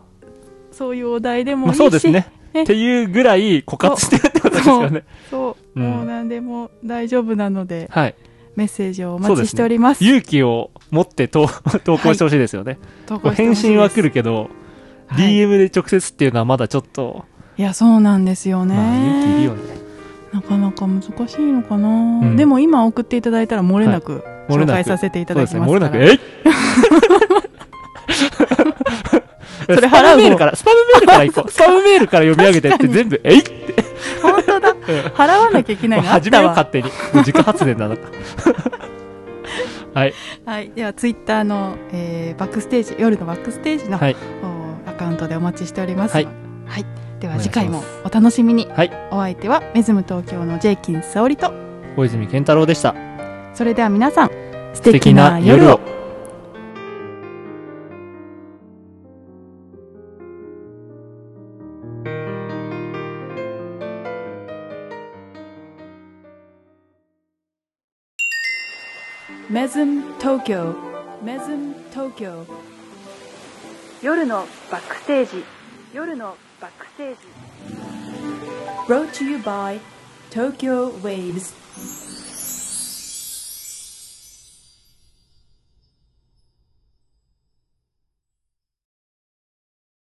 そういうお題でもい
ま
い
あ
し、
そうですね。
ね
っていうぐらい枯渇してるってことですよね。
そう、
うん
もう何でも大丈夫なので
<laughs> はい。
メッセージをお
そう
待
で
ち
ね
しております
勇気を持って投投稿してほしいですよね。
投稿
こう
してほ
返
しいです
信は来るけど、
はい
DM で直接っていうのはまだちょっと、
いやそうなんですよね、
まあ勇気いるよね。
なかなか難しいのかな、
ん
でも今送っていただいたら漏れなく
漏
紹
れなく
介させていた
そ
だ
うで
き
すね。
ま
漏
すか
れなく、
ら
えい
<laughs>
<laughs> そ
れ払う方
スパムメールから、スパムメールか
<laughs>
ら行こう。スパムメールから読み上げてって全部、えいって。
本当だ払わなきゃいけないのあっ
始め
た
よう、
わ
勝手に。もう自家発電
<laughs>
だな。はい。
はいではツイッターの、えーバックステージ夜のバックステージの、
はい
おアカウントでお待ちしております
はい
はいで
お
は
願いします
次回もお楽しみに、
はい
お相手はメズム東京のジェイキン沙織と
小泉健太郎でした。
それでは皆さん素
素敵
敵
な
な夜
夜
を
を。
メズム東京メズム東京夜のバックステージ夜のバックステージ Brought to you by Tokyo Waves